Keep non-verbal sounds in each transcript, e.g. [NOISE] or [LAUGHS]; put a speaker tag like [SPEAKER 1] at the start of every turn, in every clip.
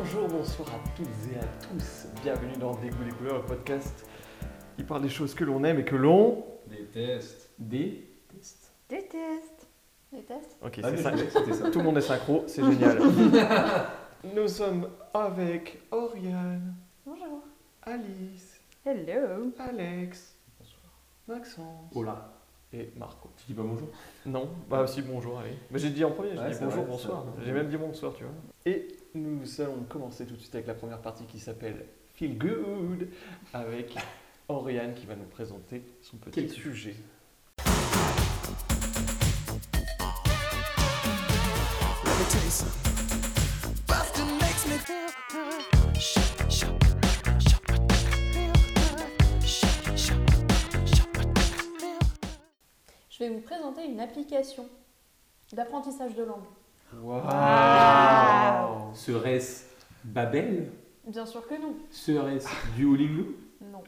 [SPEAKER 1] Bonjour à toutes et à tous, bienvenue dans Des goûts des couleurs, le podcast qui parle des choses que l'on aime et que l'on
[SPEAKER 2] Des tests.
[SPEAKER 1] déteste.
[SPEAKER 3] Déteste. Déteste.
[SPEAKER 1] Ok,
[SPEAKER 2] Ah,
[SPEAKER 1] c'est
[SPEAKER 2] mais
[SPEAKER 1] ça.
[SPEAKER 2] je voulais que c'était ça.
[SPEAKER 1] Tout le monde est synchro, [LAUGHS] c'est génial. Nous sommes avec Oriane,
[SPEAKER 3] Bonjour.
[SPEAKER 1] Alice,
[SPEAKER 3] Hello.
[SPEAKER 1] Alex,
[SPEAKER 2] Bonsoir.
[SPEAKER 1] Maxence
[SPEAKER 4] Hola.
[SPEAKER 1] et Marco.
[SPEAKER 4] Tu dis pas bonjour
[SPEAKER 1] Non, bah si bonjour, allez. Mais j'ai dit en premier, j'ai
[SPEAKER 2] Ouais,
[SPEAKER 1] dit
[SPEAKER 2] c'est
[SPEAKER 1] bonjour,
[SPEAKER 2] vrai,
[SPEAKER 1] bonsoir.
[SPEAKER 2] c'est vrai.
[SPEAKER 1] J'ai même dit bonsoir, tu vois. Et nous allons commencer tout de suite avec la première partie qui s'appelle Feel Good avec Oriane qui va nous présenter son petit
[SPEAKER 4] Quel
[SPEAKER 1] sujet.
[SPEAKER 5] Let me tell you something. Boston makes me feel good. Shake, shake, shake, feel good. Shake, shake, shake, feel
[SPEAKER 6] Je vais vous présenter une application d'apprentissage de langue.
[SPEAKER 3] Waouh.
[SPEAKER 4] Serait-ce Babel
[SPEAKER 6] Bien sûr que non.
[SPEAKER 4] Serait-ce Duolingo
[SPEAKER 6] Non.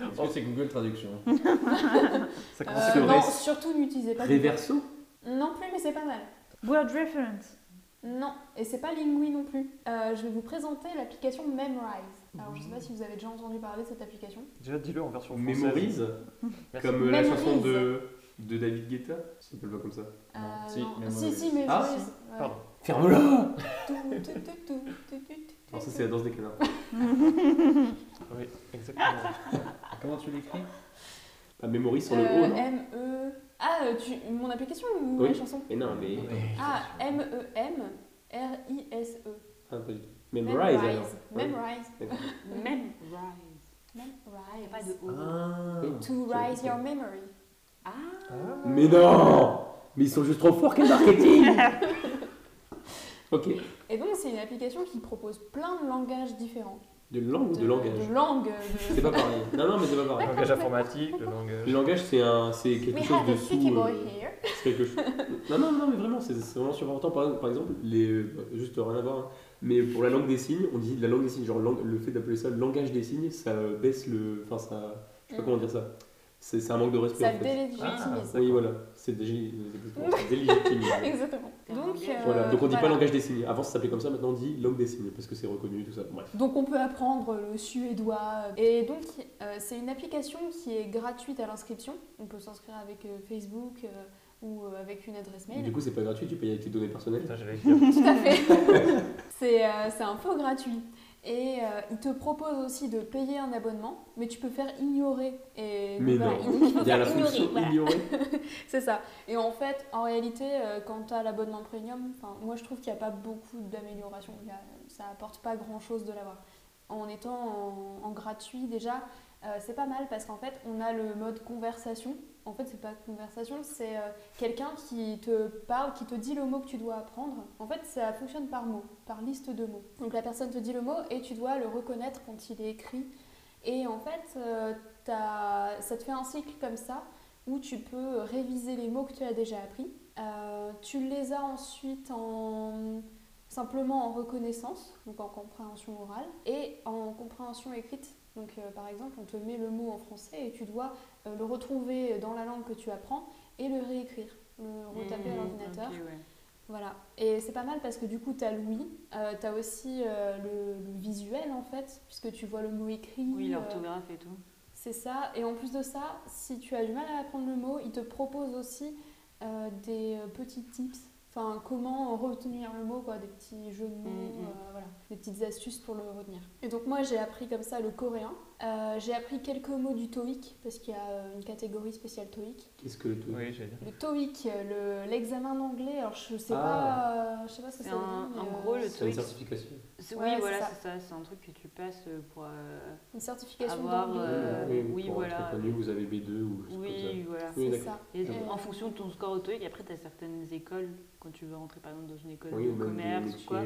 [SPEAKER 2] Est-ce que c'est Google Traduction
[SPEAKER 1] Ça
[SPEAKER 6] Euh,
[SPEAKER 1] commence
[SPEAKER 4] serait-
[SPEAKER 6] non, surtout n'utilisez pas.
[SPEAKER 4] Reverso
[SPEAKER 6] Non plus, mais c'est pas mal.
[SPEAKER 3] Word reference.
[SPEAKER 6] Non, et c'est pas Lingui non plus. Euh, je vais vous présenter l'application Memrise. Alors, je sais pas si vous avez déjà entendu parler de cette application.
[SPEAKER 1] Déjà dis-le en version française.
[SPEAKER 4] Mémorise
[SPEAKER 1] Merci.
[SPEAKER 4] Comme euh, la
[SPEAKER 6] Mémorise.
[SPEAKER 4] chanson de, de David Guetta Ça s'appelle pas comme ça.
[SPEAKER 6] Euh,
[SPEAKER 2] Non, si,
[SPEAKER 6] non.
[SPEAKER 2] Memrise.
[SPEAKER 6] si, si, Memrise.
[SPEAKER 4] Ah,
[SPEAKER 6] ouais.
[SPEAKER 1] Pardon.
[SPEAKER 4] Ferme-la
[SPEAKER 6] Tout, tout, tout, tout, tout, tout, tout,
[SPEAKER 4] Non, ça
[SPEAKER 6] tout.
[SPEAKER 4] c'est la danse des canards.
[SPEAKER 1] Oui, exactement.
[SPEAKER 2] Ah, Comment tu l'écris
[SPEAKER 4] La Ah, mémorise sur le haut,
[SPEAKER 6] Euh,
[SPEAKER 4] non
[SPEAKER 6] M-E. Ah, euh, tu... mon application ou
[SPEAKER 4] Oui.
[SPEAKER 6] la chanson
[SPEAKER 4] Mais non, mais.
[SPEAKER 6] Ah, M-E-M-R-I-S-E.
[SPEAKER 4] Ah, pas du tout. Memorize alors.
[SPEAKER 6] Memrise. Memrise.
[SPEAKER 4] D'accord.
[SPEAKER 6] Même rise. Pas de
[SPEAKER 1] Ah.
[SPEAKER 6] To
[SPEAKER 4] Ok,
[SPEAKER 6] rise
[SPEAKER 4] ok.
[SPEAKER 6] your memory.
[SPEAKER 4] Mais non Mais ils sont juste trop forts, quel
[SPEAKER 6] [LAUGHS]
[SPEAKER 4] marketing Ok.
[SPEAKER 6] Et donc, c'est une application qui propose plein de langages différents.
[SPEAKER 4] De langue ou de langage
[SPEAKER 6] De langue.
[SPEAKER 4] C'est pas pareil. Non, non, mais c'est pas
[SPEAKER 1] Le
[SPEAKER 4] pareil.
[SPEAKER 1] langage informatique, le langage.
[SPEAKER 4] Le langage, c'est un, c'est quelque
[SPEAKER 6] We
[SPEAKER 4] chose
[SPEAKER 6] have
[SPEAKER 4] de
[SPEAKER 6] a
[SPEAKER 4] sous.
[SPEAKER 6] sticky boy
[SPEAKER 4] euh,
[SPEAKER 6] here.
[SPEAKER 4] c'est quelque chose. [LAUGHS] Non, non, non, mais vraiment, c'est c'est vraiment super important. Par, par exemple, les, euh, juste rien à voir, hein, mais pour la langue des signes, on dit la langue des signes, genre lang- le fait d'appeler ça langage des signes, ça euh, baisse le. Enfin, ça. Je sais pas
[SPEAKER 6] Mm.
[SPEAKER 4] comment dire ça. C'est c'est un manque de respect.
[SPEAKER 6] Ça
[SPEAKER 4] en fait.
[SPEAKER 6] délégitimise.
[SPEAKER 4] Ah, Oui, voilà, c'est dégi- exactement, c'est délégitime.
[SPEAKER 6] [LAUGHS] Exactement. Donc, euh,
[SPEAKER 4] Voilà, donc on dit pas
[SPEAKER 6] voilà.
[SPEAKER 4] langage des signes. Avant ça s'appelait comme ça, maintenant on dit langue des signes parce que c'est reconnu, tout ça. Bref.
[SPEAKER 6] Donc on peut apprendre le suédois. Et donc euh, c'est une application qui est gratuite à l'inscription. On peut s'inscrire avec euh, Facebook euh, ou euh, avec une adresse mail.
[SPEAKER 4] Du coup, c'est pas gratuit, tu payes avec tes données personnelles.
[SPEAKER 1] Putain, j'allais le dire.
[SPEAKER 6] Tout à fait. c'est euh, c'est un peu gratuit. Et euh, il te propose aussi de payer un abonnement, mais tu peux faire ignorer. Et donc,
[SPEAKER 4] Mais
[SPEAKER 6] voilà,
[SPEAKER 4] non.
[SPEAKER 6] il- il faut
[SPEAKER 4] Il y a la
[SPEAKER 6] faire ignorer,
[SPEAKER 4] fonction
[SPEAKER 6] voilà.
[SPEAKER 4] ignorer.
[SPEAKER 6] [LAUGHS] C'est ça. Et en fait, en réalité, euh, quand tu as l'abonnement premium, 'fin, moi je trouve qu'il n'y a pas beaucoup d'améliorations. Il y a- Ça apporte pas grand chose de l'avoir. En étant en, en gratuit déjà, euh, c'est pas mal parce qu'en fait, on a le mode conversation. En fait, c'est pas conversation, c'est euh, quelqu'un qui te parle, qui te dit le mot que tu dois apprendre. En fait, ça fonctionne par mot, par liste de mots. Donc la personne te dit le mot et tu dois le reconnaître quand il est écrit. Et en fait, euh, t'as- ça te fait un cycle comme ça où tu peux réviser les mots que tu as déjà appris. Euh, tu les as ensuite en simplement en reconnaissance, donc en compréhension orale, et en compréhension écrite. Donc euh, par exemple, on te met le mot en français et tu dois euh, le retrouver dans la langue que tu apprends et le réécrire, le retaper
[SPEAKER 3] Mmh,
[SPEAKER 6] à l'ordinateur. Voilà, et c'est pas mal parce que du coup, tu as l'ouïe, tu as aussi euh, le, le visuel en fait, puisque tu vois le mot écrit.
[SPEAKER 3] Oui,
[SPEAKER 6] euh,
[SPEAKER 3] l'orthographe et tout.
[SPEAKER 6] c'est ça, et en plus de ça, si tu as du mal à apprendre le mot, il te propose aussi euh, des euh, petits tips, enfin comment retenir le mot, quoi, des petits jeux de mots,
[SPEAKER 3] Mhm.
[SPEAKER 6] euh, voilà, des petites astuces pour le retenir. Et donc moi j'ai appris comme ça le coréen, Euh, j'ai appris quelques mots du TOEIC, parce qu'il y a euh, une catégorie spéciale TOEIC.
[SPEAKER 4] Qu'est-ce que le tout
[SPEAKER 1] Oui, j'allais dire.
[SPEAKER 6] Le TOEIC, euh, le- l'examen d'anglais, alors je sais
[SPEAKER 4] Ah.
[SPEAKER 6] pas, euh, je sais pas ce que
[SPEAKER 3] C'est
[SPEAKER 6] ça
[SPEAKER 3] un-
[SPEAKER 6] veut dire,
[SPEAKER 3] en
[SPEAKER 6] mais, euh,
[SPEAKER 3] gros, le
[SPEAKER 4] C'est une
[SPEAKER 3] TOEIC.
[SPEAKER 4] certification.
[SPEAKER 3] C'est-
[SPEAKER 6] Ouais,
[SPEAKER 3] oui,
[SPEAKER 6] c'est
[SPEAKER 3] voilà,
[SPEAKER 6] ça.
[SPEAKER 3] c'est ça. C'est un truc que tu passes euh, pour euh,
[SPEAKER 6] une certification
[SPEAKER 3] avoir.
[SPEAKER 6] d'anglais.
[SPEAKER 3] euh,
[SPEAKER 4] oui,
[SPEAKER 3] oui,
[SPEAKER 4] pour
[SPEAKER 3] voilà.
[SPEAKER 4] être reconnu, vous avez B2 ou quelque chose comme
[SPEAKER 3] Oui, voilà.
[SPEAKER 4] oui,
[SPEAKER 6] c'est
[SPEAKER 4] d'accord.
[SPEAKER 6] ça.
[SPEAKER 3] Et
[SPEAKER 6] Ouais.
[SPEAKER 3] en fonction de ton score au TOEIC, après, tu as certaines écoles, quand tu veux rentrer par exemple dans une école
[SPEAKER 4] ça. Oui,
[SPEAKER 3] de
[SPEAKER 4] ou même des
[SPEAKER 3] euh, commerce ou
[SPEAKER 4] métiers.
[SPEAKER 3] quoi,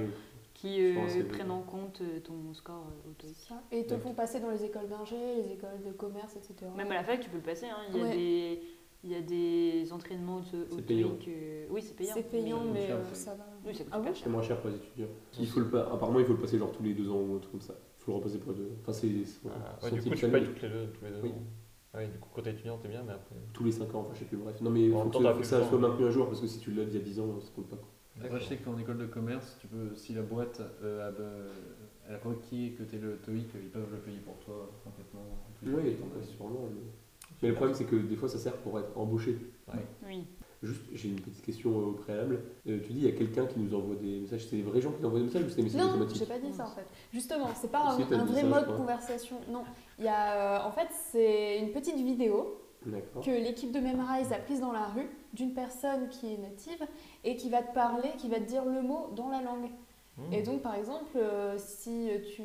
[SPEAKER 3] qui
[SPEAKER 4] Je pense,
[SPEAKER 3] euh,
[SPEAKER 4] oui.
[SPEAKER 3] prennent en compte euh, ton score euh, au TOEIC.
[SPEAKER 6] Ça. Et ils te
[SPEAKER 4] Donc-
[SPEAKER 6] font passer dans les écoles d'ingé, les écoles de commerce, etc.
[SPEAKER 3] Même à la fac, tu peux le passer. hein. Il, y a
[SPEAKER 6] Ouais.
[SPEAKER 3] des, il y a des entraînements au au
[SPEAKER 4] C'est payant.
[SPEAKER 3] TOEIC, euh, oui, c'est payant.
[SPEAKER 6] C'est payant,
[SPEAKER 3] mais-
[SPEAKER 6] mais
[SPEAKER 4] cher,
[SPEAKER 6] euh,
[SPEAKER 4] ça.
[SPEAKER 6] ça va.
[SPEAKER 3] Oui, ça coûte
[SPEAKER 6] Ah
[SPEAKER 3] super
[SPEAKER 6] bon
[SPEAKER 3] cher.
[SPEAKER 4] C'est moins cher pour les étudiants. Il faut le pas, apparemment, il faut le passer genre tous les deux ans ou un truc comme ça. Il faut le repasser pour les deux. Enfin, c'est son,
[SPEAKER 1] Ah,
[SPEAKER 4] son
[SPEAKER 1] ouais, du
[SPEAKER 4] type
[SPEAKER 1] coup, tu
[SPEAKER 4] famille.
[SPEAKER 1] payes toutes les deux, tous les deux.
[SPEAKER 4] Oui.
[SPEAKER 1] Ah oui, du coup, quand t'es étudiant, t'es bien, mais après.
[SPEAKER 4] tous les 5 ans, enfin, je sais plus. Bref, non, mais il
[SPEAKER 1] En
[SPEAKER 4] faut
[SPEAKER 1] même
[SPEAKER 4] que,
[SPEAKER 1] temps, t'as
[SPEAKER 4] faut
[SPEAKER 1] plus
[SPEAKER 4] que
[SPEAKER 1] le
[SPEAKER 4] ça
[SPEAKER 1] temps.
[SPEAKER 4] soit maintenu à jour parce que si tu l'as il y a 10 ans, ça compte pas.
[SPEAKER 2] Après, je sais qu'en école de commerce, tu peux, si la boîte euh, a, euh, À la conquis que t'es le TOEIC, ils peuvent le payer pour toi complètement.
[SPEAKER 4] Oui, ouais, sûrement. Mais... mais le problème, c'est que des fois, ça sert pour être embauché.
[SPEAKER 3] Oui.
[SPEAKER 4] Juste, j'ai une petite question euh, au préalable. Euh, tu dis, il y a quelqu'un qui nous envoie des messages. C'est des vrais gens qui nous envoient des messages ou c'est des messages
[SPEAKER 6] Non,
[SPEAKER 4] automatiques
[SPEAKER 6] j'ai pas dit ça en fait. Justement, c'est pas un,
[SPEAKER 4] Si, t'as
[SPEAKER 6] un
[SPEAKER 4] dit
[SPEAKER 6] vrai
[SPEAKER 4] ça, je
[SPEAKER 6] mode
[SPEAKER 4] crois.
[SPEAKER 6] conversation. Non, il y a, euh, en fait, c'est une petite vidéo
[SPEAKER 4] D'accord.
[SPEAKER 6] que l'équipe de Memrise a prise dans la rue d'une personne qui est native et qui va te parler, qui va te dire le mot dans la langue. Et donc, par exemple, euh, si tu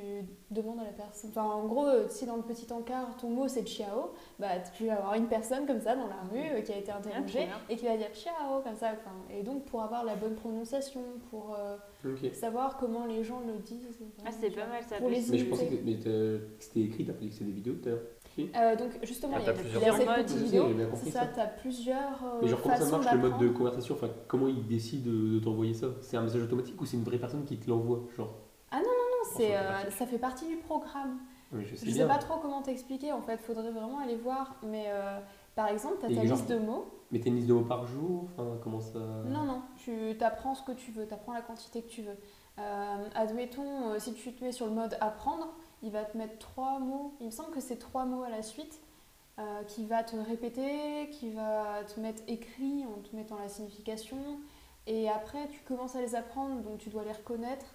[SPEAKER 6] demandes à la personne, enfin, en gros, euh, si dans le petit encart ton mot c'est ciao, bah tu vas avoir une personne comme ça dans la rue euh, qui a été interrogée
[SPEAKER 3] Ah, bien.
[SPEAKER 6] et qui va dire ciao comme ça. enfin, Et donc, pour avoir la bonne prononciation, pour euh,
[SPEAKER 4] Ok.
[SPEAKER 6] savoir comment les gens le disent.
[SPEAKER 3] Ah, c'est pas mal ça.
[SPEAKER 6] Pour les
[SPEAKER 4] Mais je
[SPEAKER 6] Oui.
[SPEAKER 4] pensais que mais t'as- que c'était écrit, t'as pas dit que c'était des vidéos tout à l'heure.
[SPEAKER 6] Euh, donc justement,
[SPEAKER 1] Ah,
[SPEAKER 6] il y
[SPEAKER 1] t'as
[SPEAKER 6] a, il y a
[SPEAKER 1] plusieurs
[SPEAKER 6] cette
[SPEAKER 3] modes.
[SPEAKER 6] petite
[SPEAKER 4] Je sais,
[SPEAKER 6] vidéo,
[SPEAKER 4] j'ai bien
[SPEAKER 6] c'est
[SPEAKER 4] compris
[SPEAKER 6] ça,
[SPEAKER 4] ça.
[SPEAKER 6] t'as plusieurs euh,
[SPEAKER 4] Mais genre, comment ça
[SPEAKER 6] façons
[SPEAKER 4] marche le mode de
[SPEAKER 6] d'apprendre.
[SPEAKER 4] conversation Enfin, comment ils décident de, de t'envoyer ça C'est un message automatique ou c'est une vraie personne qui te l'envoie Genre, Ah,
[SPEAKER 6] Non, c'est,
[SPEAKER 1] Enfin,
[SPEAKER 6] euh,
[SPEAKER 1] pratique.
[SPEAKER 6] ça fait partie du programme.
[SPEAKER 4] mais je sais
[SPEAKER 6] Je sais
[SPEAKER 4] bien.
[SPEAKER 6] pas trop comment t'expliquer, en fait, faudrait vraiment aller voir. Mais euh, par exemple, t'as
[SPEAKER 4] Et
[SPEAKER 6] ta
[SPEAKER 4] les gens-
[SPEAKER 6] liste de mots.
[SPEAKER 4] Mais t'as une liste de mots par jour Enfin, comment ça
[SPEAKER 6] Non, non, tu t'apprends ce que tu veux, t'apprends la quantité que tu veux. Euh, admettons, euh, si tu te mets sur le mode apprendre, il va te mettre trois mots. Il me semble que c'est trois mots à la suite euh, qui va te répéter, qui va te mettre écrit en te mettant la signification. Et après, tu commences à les apprendre, donc tu dois les reconnaître.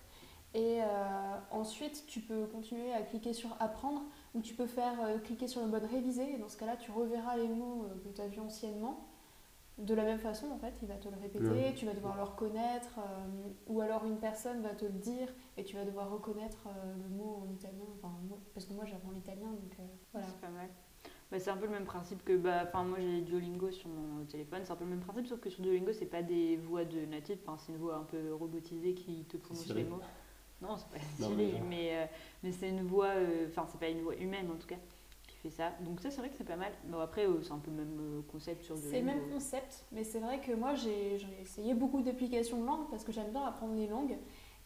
[SPEAKER 6] Et euh, ensuite, tu peux continuer à cliquer sur apprendre ou tu peux faire euh, cliquer sur le mode réviser. Et dans ce cas-là, tu reverras les mots euh, que tu as vus anciennement. De la même façon, en fait, il va te le répéter,
[SPEAKER 4] Ouais.
[SPEAKER 6] tu vas devoir le reconnaître, euh, ou alors une personne va te le dire et tu vas devoir reconnaître euh, le mot en italien, enfin, le mot- parce que moi j'apprends l'italien, donc euh, voilà.
[SPEAKER 3] C'est pas mal. Bah, c'est un peu le même principe que. bah, Enfin, moi j'ai Duolingo sur mon téléphone, c'est un peu le même principe, sauf que sur Duolingo, c'est pas des voix de natifs, enfin, c'est une voix un peu robotisée qui te prononce
[SPEAKER 4] Siri.
[SPEAKER 3] les mots. Non, c'est pas
[SPEAKER 4] Non,
[SPEAKER 3] Siri,
[SPEAKER 4] mais-
[SPEAKER 3] mais, euh, mais c'est une voix. euh, Enfin, c'est pas une voix humaine en tout cas qui fait ça. Donc, ça, c'est vrai que c'est pas mal. Bon, après, euh, c'est un peu le même euh, concept sur Duolingo.
[SPEAKER 6] C'est le même concept, mais c'est vrai que moi j'ai j'ai essayé beaucoup d'applications de langue parce que j'aime bien apprendre les langues.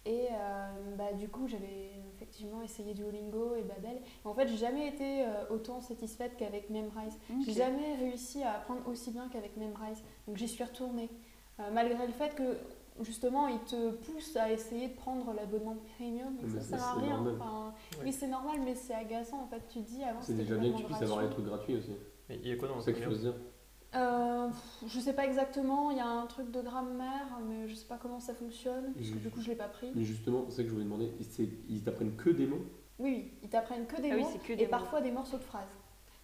[SPEAKER 6] Et euh, bah, du coup, j'avais effectivement essayé Duolingo et Babel. En fait, j'ai jamais été euh, autant satisfaite qu'avec Memrise.
[SPEAKER 3] Ok.
[SPEAKER 6] J'ai jamais réussi à apprendre aussi bien qu'avec Memrise. Donc j'y suis retournée. Euh, malgré le fait que justement ils te poussent à essayer de prendre l'abonnement premium, donc
[SPEAKER 4] Mais
[SPEAKER 6] ça,
[SPEAKER 4] ça,
[SPEAKER 6] sert à
[SPEAKER 4] c'est
[SPEAKER 6] rien.
[SPEAKER 4] normal.
[SPEAKER 6] Enfin, Oui, c'est normal, mais c'est agaçant en fait. Tu te dis avant
[SPEAKER 4] C'est
[SPEAKER 6] c'était
[SPEAKER 4] déjà bien que tu
[SPEAKER 6] complètement
[SPEAKER 4] puisses avoir
[SPEAKER 6] gratuit.
[SPEAKER 4] les trucs gratuits aussi.
[SPEAKER 1] Mais il y a quoi dans
[SPEAKER 4] C'est
[SPEAKER 1] le
[SPEAKER 4] ça que je
[SPEAKER 1] premium
[SPEAKER 4] veux dire.
[SPEAKER 6] Euh, pff, je sais pas exactement, il y a un truc de grammaire, mais je sais pas comment ça fonctionne, parce que
[SPEAKER 4] Mhm.
[SPEAKER 6] du coup je l'ai pas pris.
[SPEAKER 4] Mais justement, c'est ça que je voulais demander. c'est- Ils t'apprennent que des mots,
[SPEAKER 6] Oui, oui, ils t'apprennent que des
[SPEAKER 3] Ah oui,
[SPEAKER 6] mots
[SPEAKER 3] c'est que
[SPEAKER 6] et
[SPEAKER 3] des mots.
[SPEAKER 6] parfois des morceaux de phrases.